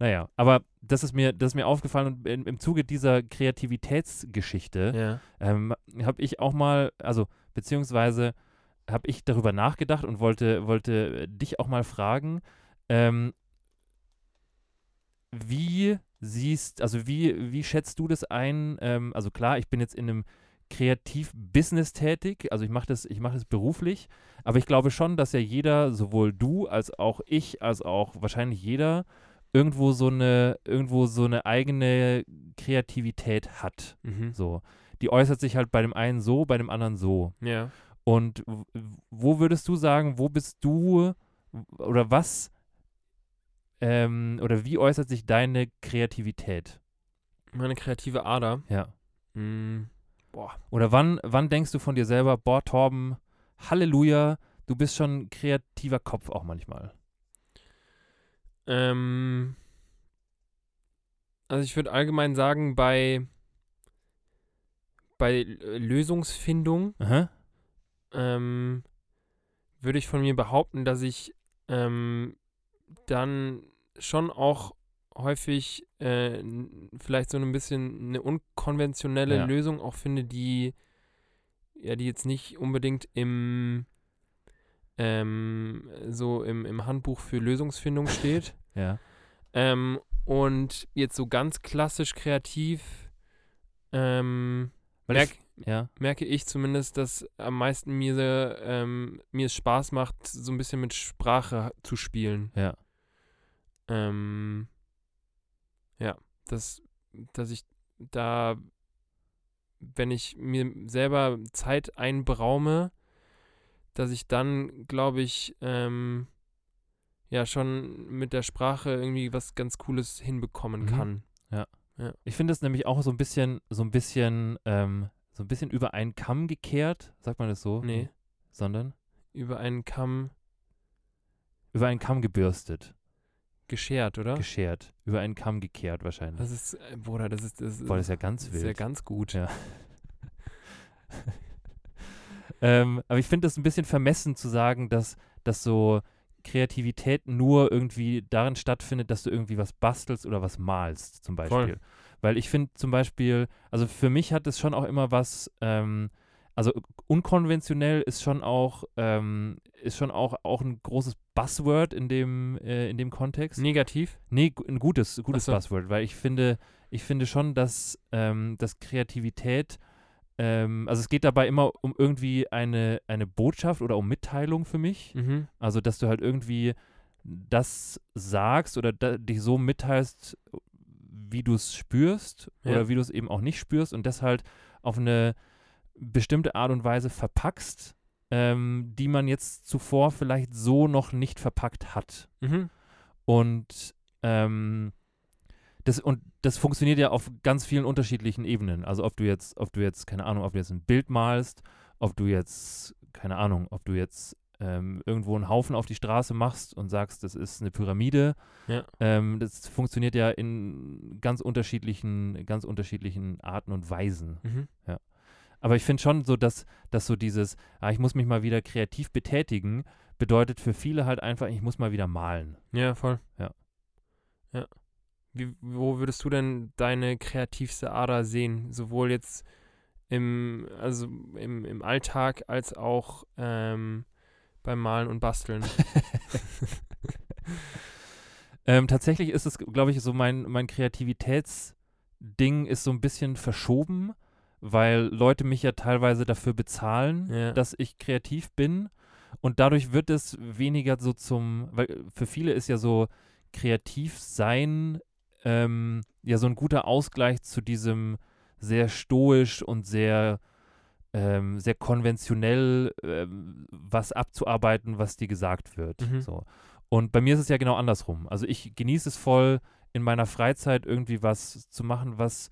Speaker 1: Naja, aber das ist mir, das ist mir aufgefallen und in, im Zuge dieser Kreativitätsgeschichte
Speaker 2: Ja.
Speaker 1: ähm, habe ich auch mal, also beziehungsweise habe ich darüber nachgedacht und wollte, wollte äh, dich auch mal fragen, ähm, wie siehst, also wie, wie schätzt du das ein? Ähm, also klar, ich bin jetzt in einem Kreativ-Business tätig, also ich mache das, ich mache das beruflich, aber ich glaube schon, dass ja jeder, sowohl du als auch ich, als auch wahrscheinlich jeder, irgendwo so eine, irgendwo so eine eigene Kreativität hat.
Speaker 2: Mhm.
Speaker 1: So. Die äußert sich halt bei dem einen so, bei dem anderen so.
Speaker 2: Ja.
Speaker 1: Und w- wo würdest du sagen, wo bist du oder was ähm, oder wie äußert sich deine Kreativität?
Speaker 2: Meine kreative Ader.
Speaker 1: Ja.
Speaker 2: Mhm.
Speaker 1: Oder wann, wann denkst du von dir selber, boah, Torben, Halleluja, du bist schon ein kreativer Kopf auch manchmal.
Speaker 2: Ähm, also ich würde allgemein sagen, bei, bei äh, Lösungsfindung
Speaker 1: Aha.
Speaker 2: ähm, würde ich von mir behaupten, dass ich ähm, dann schon auch häufig äh, n- vielleicht so ein bisschen eine unkonventionelle
Speaker 1: Ja.
Speaker 2: Lösung auch finde, die ja, die jetzt nicht unbedingt im ähm, so im, im Handbuch für Lösungsfindung steht.
Speaker 1: Ja.
Speaker 2: Ähm, und jetzt so ganz klassisch kreativ ähm,
Speaker 1: Weil ich-
Speaker 2: merk,
Speaker 1: ja.
Speaker 2: merke ich zumindest, dass am meisten mir, ähm, mir es Spaß macht, so ein bisschen mit Sprache zu spielen.
Speaker 1: Ja.
Speaker 2: Ähm, ja, dass, dass ich da, wenn ich mir selber Zeit einbraume, dass ich dann, glaube ich, ähm, ja, schon mit der Sprache irgendwie was ganz Cooles hinbekommen
Speaker 1: Mhm.
Speaker 2: kann.
Speaker 1: Ich finde es nämlich auch so ein bisschen, so ein bisschen, ähm, so ein bisschen über einen Kamm gekehrt, sagt man das so?
Speaker 2: Nee,
Speaker 1: Sondern
Speaker 2: über einen Kamm
Speaker 1: über einen Kamm gebürstet.
Speaker 2: geschert, oder?
Speaker 1: geschert, über einen Kamm gekehrt wahrscheinlich.
Speaker 2: das ist, äh, Bruder, das ist, das ist,
Speaker 1: Boah, das ist ja ganz
Speaker 2: das
Speaker 1: wild.
Speaker 2: ist ja ganz gut.
Speaker 1: Ja. ähm, aber ich finde das ein bisschen vermessen zu sagen, dass, dass so Kreativität nur irgendwie darin stattfindet, dass du irgendwie was bastelst oder was malst zum Beispiel.
Speaker 2: Voll.
Speaker 1: Weil ich finde zum Beispiel, also für mich hat es schon auch immer was, ähm, also unkonventionell ist schon auch, ähm, ist schon auch, auch ein großes Buzzword in dem, äh, in dem Kontext.
Speaker 2: Negativ?
Speaker 1: Nee, gu- ein gutes, gutes
Speaker 2: Ach so.
Speaker 1: Buzzword, weil ich finde, ich finde schon, dass, ähm, dass Kreativität, ähm, also es geht dabei immer um irgendwie eine, eine Botschaft oder um Mitteilung für mich.
Speaker 2: Mhm.
Speaker 1: Also, dass du halt irgendwie das sagst oder da, dich so mitteilst, wie du es spürst
Speaker 2: Ja.
Speaker 1: oder wie du es eben auch nicht spürst und das halt auf eine bestimmte Art und Weise verpackst, ähm, die man jetzt zuvor vielleicht so noch nicht verpackt hat.
Speaker 2: Mhm.
Speaker 1: Und ähm, das, und das funktioniert ja auf ganz vielen unterschiedlichen Ebenen. Also ob du jetzt, ob du jetzt, keine Ahnung, ob du jetzt ein Bild malst, ob du jetzt, keine Ahnung, ob du jetzt ähm, irgendwo einen Haufen auf die Straße machst und sagst, das ist eine Pyramide.
Speaker 2: Ja.
Speaker 1: Ähm, das funktioniert ja in ganz unterschiedlichen, ganz unterschiedlichen Arten und Weisen.
Speaker 2: Mhm.
Speaker 1: Aber ich finde schon so, dass, dass so dieses, ah, ich muss mich mal wieder kreativ betätigen, bedeutet für viele halt einfach, ich muss mal wieder malen.
Speaker 2: Ja, voll.
Speaker 1: Ja.
Speaker 2: Ja. Wie, wo würdest du denn deine kreativste Ader sehen? Sowohl jetzt im, also im, im Alltag als auch ähm, beim Malen und Basteln.
Speaker 1: Ähm, tatsächlich ist es, glaube ich, so mein, mein Kreativitätsding ist so ein bisschen verschoben, weil Leute mich ja teilweise dafür bezahlen,
Speaker 2: Ja.
Speaker 1: dass ich kreativ bin. Und dadurch wird es weniger so zum, weil äh, für viele ist ja so kreativ sein ähm, ja so ein guter Ausgleich zu diesem sehr stoisch und sehr, ähm, sehr konventionell ähm, was abzuarbeiten, was dir gesagt wird.
Speaker 2: Mhm.
Speaker 1: So. Und bei mir ist es ja genau andersrum. Also ich genieße es voll, in meiner Freizeit irgendwie was zu machen, was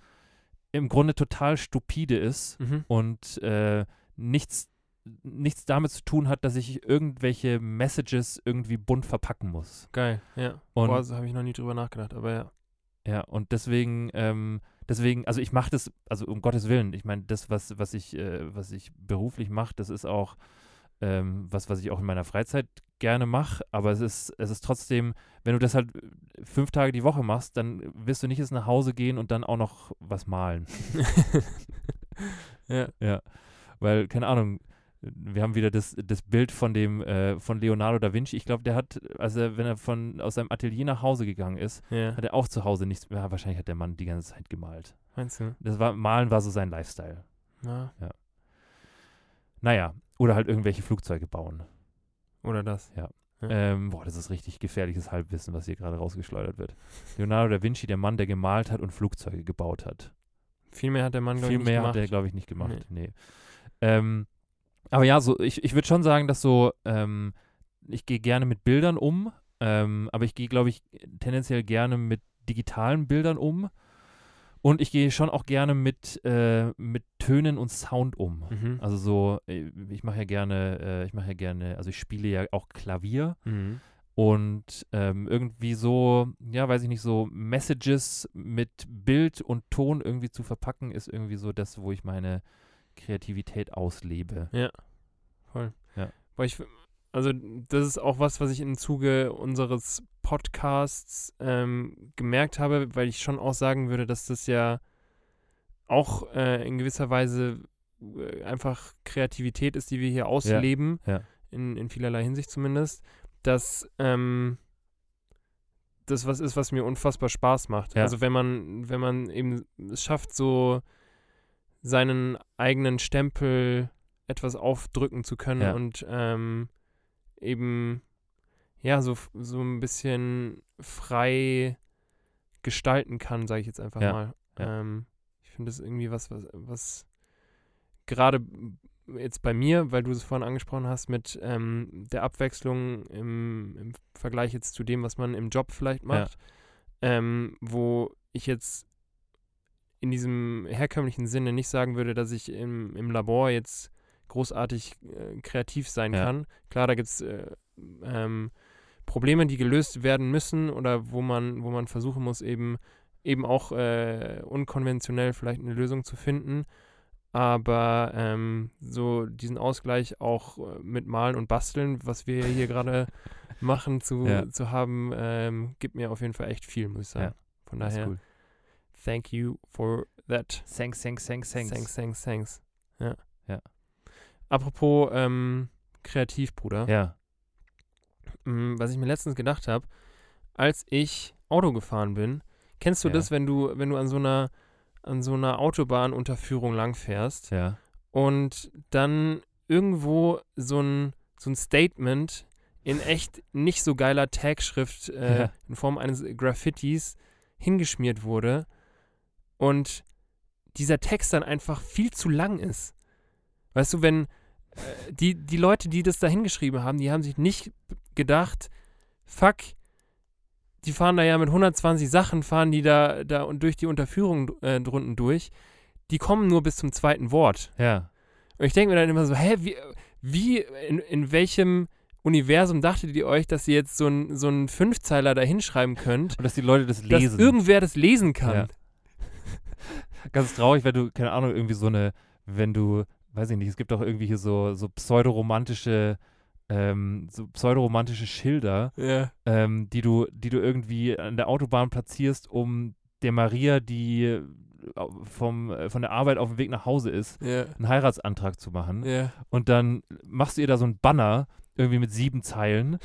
Speaker 1: im Grunde total stupide ist
Speaker 2: mhm.
Speaker 1: und äh, nichts, nichts damit zu tun hat, dass ich irgendwelche Messages irgendwie bunt verpacken muss.
Speaker 2: Geil, ja.
Speaker 1: Und-
Speaker 2: Boah, so habe ich noch nie drüber nachgedacht, aber ja.
Speaker 1: Ja, und deswegen, ähm, deswegen, also ich mache das, also um Gottes Willen, ich meine, das, was, was ich, äh, was ich beruflich mache, das ist auch ähm, was, was ich auch in meiner Freizeit gerne mache, aber es ist, es ist trotzdem, wenn du das halt äh, fünf Tage die Woche machst, dann wirst du nicht jetzt nach Hause gehen und dann auch noch was malen.
Speaker 2: Ja.
Speaker 1: Ja. Weil, keine Ahnung, wir haben wieder das, das Bild von dem, äh, von Leonardo da Vinci. Ich glaube, der hat, als er, wenn er von aus seinem Atelier nach Hause gegangen ist,
Speaker 2: Ja.
Speaker 1: hat er auch zu Hause nichts mehr. Wahrscheinlich hat der Mann die ganze Zeit gemalt.
Speaker 2: Meinst du?
Speaker 1: Das war, Malen war so sein Lifestyle.
Speaker 2: Ja.
Speaker 1: Naja, oder halt irgendwelche Flugzeuge bauen.
Speaker 2: Oder das?
Speaker 1: Ähm, boah, das ist richtig gefährliches Halbwissen, was hier gerade rausgeschleudert wird. Leonardo da Vinci, der Mann, der gemalt hat und Flugzeuge gebaut hat.
Speaker 2: Viel mehr hat der Mann, glaub
Speaker 1: Viel
Speaker 2: ich,
Speaker 1: mehr
Speaker 2: nicht
Speaker 1: hat er,
Speaker 2: gemacht.
Speaker 1: glaube ich, nicht gemacht. Nee. Ähm, aber ja, so, ich, ich würde schon sagen, dass so, ähm, ich gehe gerne mit Bildern um, ähm, aber ich gehe, glaube ich, tendenziell gerne mit digitalen Bildern um. Und ich gehe schon auch gerne mit, äh, mit Tönen und Sound um.
Speaker 2: Mhm.
Speaker 1: Also so, äh, ich mache ja gerne, äh, ich mache ja gerne, also ich spiele ja auch Klavier
Speaker 2: Mhm.
Speaker 1: und ähm, irgendwie so, ja, weiß ich nicht, so Messages mit Bild und Ton irgendwie zu verpacken, ist irgendwie so das, wo ich meine Kreativität auslebe.
Speaker 2: Voll.
Speaker 1: Ja.
Speaker 2: Weil ich, also das ist auch was, was ich im Zuge unseres Podcasts ähm, gemerkt habe, weil ich schon auch sagen würde, dass das ja auch äh, in gewisser Weise äh, einfach Kreativität ist, die wir hier ausleben,
Speaker 1: ja.
Speaker 2: In, in vielerlei Hinsicht zumindest, dass ähm, das was ist, was mir unfassbar Spaß macht.
Speaker 1: Ja.
Speaker 2: Also wenn man, wenn man eben es schafft, so seinen eigenen Stempel etwas aufdrücken zu können
Speaker 1: Ja.
Speaker 2: und ähm, eben ja so, f- so ein bisschen frei gestalten kann, sage ich jetzt einfach
Speaker 1: Ja,
Speaker 2: mal.
Speaker 1: ja.
Speaker 2: Ähm, ich finde das irgendwie was, was, was gerade b- jetzt bei mir, weil du es vorhin angesprochen hast, mit ähm, der Abwechslung im, im Vergleich jetzt zu dem, was man im Job vielleicht macht, ähm, wo ich jetzt in diesem herkömmlichen Sinne nicht sagen würde, dass ich im, im Labor jetzt großartig äh, kreativ sein
Speaker 1: Ja.
Speaker 2: kann. Klar, da gibt es äh, ähm, Probleme, die gelöst werden müssen oder wo man, wo man versuchen muss, eben, eben auch äh, unkonventionell vielleicht eine Lösung zu finden. Aber ähm, so diesen Ausgleich auch äh, mit Malen und Basteln, was wir hier gerade machen, zu,
Speaker 1: Ja.
Speaker 2: zu haben, ähm, gibt mir auf jeden Fall echt viel, muss ich sagen. Von
Speaker 1: Das ist
Speaker 2: daher,
Speaker 1: cool.
Speaker 2: thank you for that.
Speaker 1: Thanks, thanks, thanks, thanks.
Speaker 2: thanks, thanks. thanks. Ja.
Speaker 1: Ja.
Speaker 2: Apropos ähm, Kreativbruder,
Speaker 1: Ja.
Speaker 2: m, Mm, was ich mir letztens gedacht habe, als ich Auto gefahren bin, kennst du
Speaker 1: Ja.
Speaker 2: das, wenn du, wenn du an so einer an so einer Autobahnunterführung langfährst
Speaker 1: Ja.
Speaker 2: und dann irgendwo so ein, so ein Statement in echt nicht so geiler Tagschrift äh,
Speaker 1: Ja.
Speaker 2: in Form eines Graffitis hingeschmiert wurde und dieser Text dann einfach viel zu lang ist. Weißt du, wenn äh, die, die Leute, die das da hingeschrieben haben, die haben sich nicht gedacht, fuck, die fahren da ja mit 120 Sachen, fahren die da, da und durch die Unterführung äh, drunten durch. Die kommen nur bis zum zweiten Wort.
Speaker 1: Ja.
Speaker 2: Und ich denke mir dann immer so, hä, wie, wie in, in welchem Universum dachtet ihr euch, dass ihr jetzt so einen so einen Fünfzeiler da hinschreiben könnt,
Speaker 1: Und dass die Leute das lesen.
Speaker 2: dass irgendwer das lesen kann?
Speaker 1: Ganz traurig, wenn du, keine Ahnung, irgendwie so eine, wenn du, weiß ich nicht, es gibt auch irgendwie hier so, so pseudoromantische, ähm, so pseudoromantische Schilder,
Speaker 2: Ja.
Speaker 1: ähm, die du, die du irgendwie an der Autobahn platzierst, um der Maria, die äh, vom, äh, von der Arbeit auf dem Weg nach Hause ist,
Speaker 2: Ja,
Speaker 1: einen Heiratsantrag zu machen.
Speaker 2: ja,
Speaker 1: Und dann machst du ihr da so ein Banner, irgendwie mit sieben Zeilen,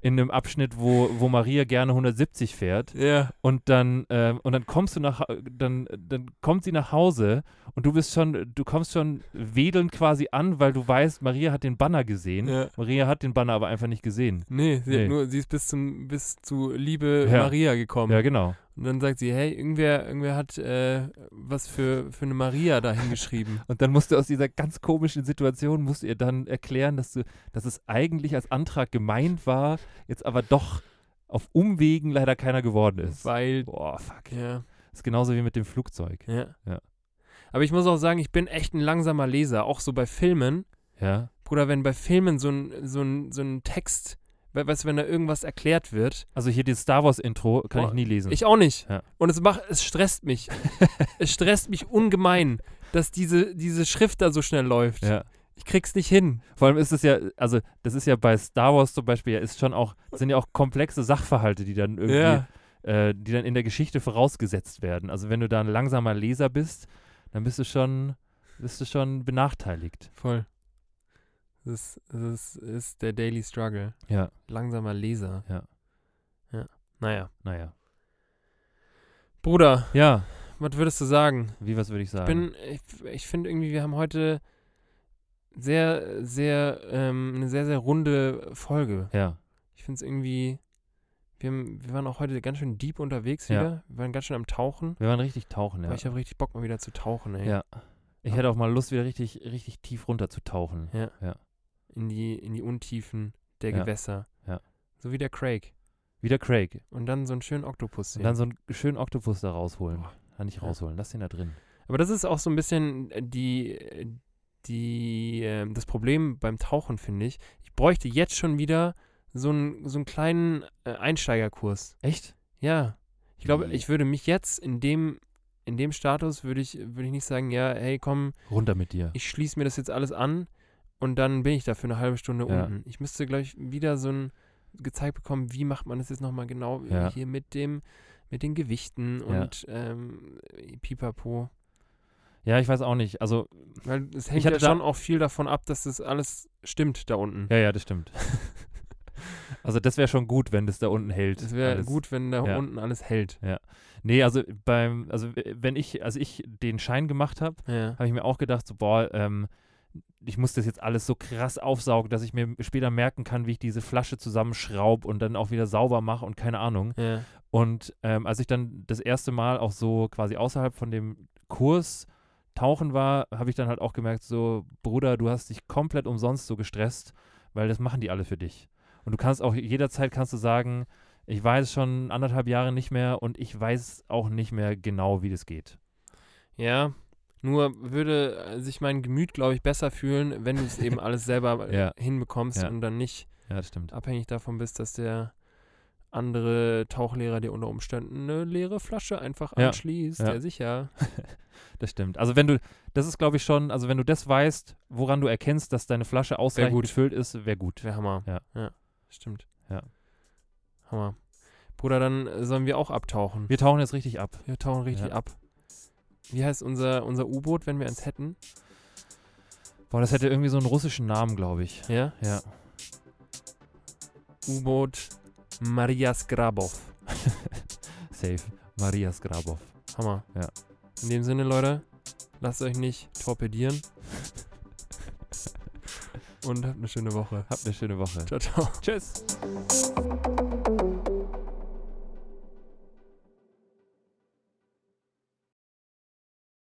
Speaker 1: in einem Abschnitt, wo, wo Maria gerne 170 fährt.
Speaker 2: ja,
Speaker 1: Und dann, ähm, und dann kommst du nach, Hau- dann, dann kommt sie nach Hause und du bist schon, du kommst schon wedelnd quasi an, weil du weißt, Maria hat den Banner gesehen.
Speaker 2: ja.
Speaker 1: Maria hat den Banner aber einfach nicht gesehen.
Speaker 2: Nee, sie,
Speaker 1: Nee.
Speaker 2: Hat nur, sie ist bis, zum, bis zu Liebe
Speaker 1: Ja.
Speaker 2: Maria gekommen.
Speaker 1: Ja, genau.
Speaker 2: Und dann sagt sie, hey, irgendwer, irgendwer hat äh, was für, für eine Maria da hingeschrieben.
Speaker 1: Und dann musst du aus dieser ganz komischen Situation, musst du ihr dann erklären, dass du, dass es eigentlich als Antrag gemeint war, jetzt aber doch auf Umwegen leider keiner geworden ist.
Speaker 2: weil,
Speaker 1: Boah, fuck.
Speaker 2: ja.
Speaker 1: Ist genauso wie mit dem Flugzeug.
Speaker 2: Ja.
Speaker 1: Ja.
Speaker 2: Aber ich muss auch sagen, ich bin echt ein langsamer Leser, auch so bei Filmen.
Speaker 1: Ja,
Speaker 2: Bruder, wenn bei Filmen so ein, so ein, so ein Text, we- weißt du, wenn da irgendwas erklärt wird,
Speaker 1: also hier dieses Star Wars Intro kann
Speaker 2: Boah,
Speaker 1: ich nie lesen.
Speaker 2: ich auch nicht.
Speaker 1: Ja.
Speaker 2: Und es macht, es stresst mich. es stresst mich ungemein, dass diese, diese Schrift da so schnell läuft.
Speaker 1: ja.
Speaker 2: Ich krieg's nicht hin.
Speaker 1: Vor allem ist es ja, also das ist ja bei Star Wars zum Beispiel, ja, ist schon auch, sind ja auch komplexe Sachverhalte, die dann irgendwie,
Speaker 2: Ja.
Speaker 1: äh, die dann in der Geschichte vorausgesetzt werden. Also wenn du da ein langsamer Leser bist, dann bist du schon, bist du schon benachteiligt.
Speaker 2: Voll. Das ist, das ist der Daily Struggle.
Speaker 1: Ja.
Speaker 2: Langsamer Leser.
Speaker 1: Ja.
Speaker 2: Ja. Naja.
Speaker 1: Naja.
Speaker 2: Bruder,
Speaker 1: Ja.
Speaker 2: was würdest du sagen?
Speaker 1: Wie was würde ich
Speaker 2: Ich
Speaker 1: sagen?
Speaker 2: bin, ich, ich finde irgendwie, wir haben heute sehr, sehr, ähm, eine sehr, sehr runde Folge.
Speaker 1: ja,
Speaker 2: Ich finde es irgendwie, wir, haben, wir waren auch heute ganz schön deep unterwegs
Speaker 1: Ja.
Speaker 2: wieder. Wir waren ganz schön am Tauchen.
Speaker 1: wir waren richtig tauchen, ja.
Speaker 2: Aber
Speaker 1: Ich,
Speaker 2: ich habe richtig Bock, mal wieder zu tauchen, ey.
Speaker 1: Ja. hätte auch mal Lust, wieder richtig, richtig tief runter zu tauchen.
Speaker 2: Ja.
Speaker 1: Ja.
Speaker 2: In die, in die Untiefen der
Speaker 1: Ja.
Speaker 2: Gewässer.
Speaker 1: Ja.
Speaker 2: So wie der Craig.
Speaker 1: Wieder Craig.
Speaker 2: Und dann so einen schönen Oktopus
Speaker 1: Und
Speaker 2: sehen.
Speaker 1: dann so einen schönen Oktopus da rausholen.
Speaker 2: Boah.
Speaker 1: Ah, nicht
Speaker 2: Ja.
Speaker 1: rausholen, lass den da drin.
Speaker 2: Aber das ist auch so ein bisschen äh, die, äh, die, ähm, das Problem beim Tauchen, finde ich. Ich bräuchte jetzt schon wieder so einen, so einen kleinen äh, Einsteigerkurs.
Speaker 1: Echt?
Speaker 2: Ja. Ich glaube,
Speaker 1: Wie?
Speaker 2: ich würde mich jetzt in dem, in dem Status, würde ich, würde ich nicht sagen, ja, hey, komm,
Speaker 1: Runter mit dir.
Speaker 2: ich schließe mir das jetzt alles an und dann bin ich da für eine halbe Stunde
Speaker 1: Ja.
Speaker 2: unten. Ich müsste, glaube ich, wieder so ein gezeigt bekommen, wie macht man das jetzt nochmal genau
Speaker 1: Ja.
Speaker 2: hier mit dem, mit den Gewichten
Speaker 1: Ja.
Speaker 2: und ähm, Pipapo.
Speaker 1: Ja, ich weiß auch nicht. Also,
Speaker 2: Weil es hängt ja
Speaker 1: hatte da-
Speaker 2: schon auch viel davon ab, dass das alles stimmt da unten.
Speaker 1: ja, ja, das stimmt. also, das wäre schon gut, wenn das da unten hält.
Speaker 2: Es wäre
Speaker 1: alles.
Speaker 2: gut, wenn da
Speaker 1: Ja.
Speaker 2: unten alles hält.
Speaker 1: Nee, also beim, also wenn ich, als ich den Schein gemacht habe,
Speaker 2: Ja.
Speaker 1: habe ich mir auch gedacht, so, boah, ähm, ich muss das jetzt alles so krass aufsaugen, dass ich mir später merken kann, wie ich diese Flasche zusammenschraub und dann auch wieder sauber mache und keine Ahnung.
Speaker 2: Ja.
Speaker 1: Und ähm, als ich dann das erste Mal auch so quasi außerhalb von dem Kurs tauchen war, habe ich dann halt auch gemerkt, so, Bruder, du hast dich komplett umsonst so gestresst, weil das machen die alle für dich. Und du kannst auch jederzeit kannst du sagen, ich weiß schon anderthalb Jahre nicht mehr und ich weiß auch nicht mehr genau, wie das geht.
Speaker 2: ja. Nur würde äh, sich mein Gemüt, glaube ich, besser fühlen, wenn du es eben alles selber äh,
Speaker 1: Ja.
Speaker 2: hinbekommst
Speaker 1: Ja.
Speaker 2: und dann nicht
Speaker 1: Ja, das stimmt.
Speaker 2: abhängig davon bist, dass der andere Tauchlehrer dir unter Umständen eine leere Flasche einfach
Speaker 1: Ja.
Speaker 2: anschließt.
Speaker 1: Ja.
Speaker 2: Ja, sicher.
Speaker 1: Das stimmt. Also wenn du, das ist glaube ich schon, also wenn du das weißt, woran du erkennst, dass deine Flasche ausreichend
Speaker 2: gut.
Speaker 1: gefüllt ist, wäre gut.
Speaker 2: Wäre Hammer.
Speaker 1: Ja.
Speaker 2: Stimmt.
Speaker 1: Ja.
Speaker 2: Hammer. Bruder, dann äh, sollen wir auch abtauchen.
Speaker 1: Wir tauchen jetzt richtig ab.
Speaker 2: Wir tauchen richtig
Speaker 1: Ja.
Speaker 2: ab. Wie heißt unser, unser U-Boot, wenn wir eins hätten?
Speaker 1: Boah, das hätte irgendwie so einen russischen Namen, glaube ich.
Speaker 2: Ja?
Speaker 1: Ja.
Speaker 2: U-Boot Marias Grabov.
Speaker 1: Safe. Marias Grabov.
Speaker 2: Hammer.
Speaker 1: Ja.
Speaker 2: In dem Sinne, Leute, lasst euch nicht torpedieren. Und habt eine schöne Woche.
Speaker 1: Habt eine schöne Woche.
Speaker 2: Ciao, ciao.
Speaker 1: Tschüss.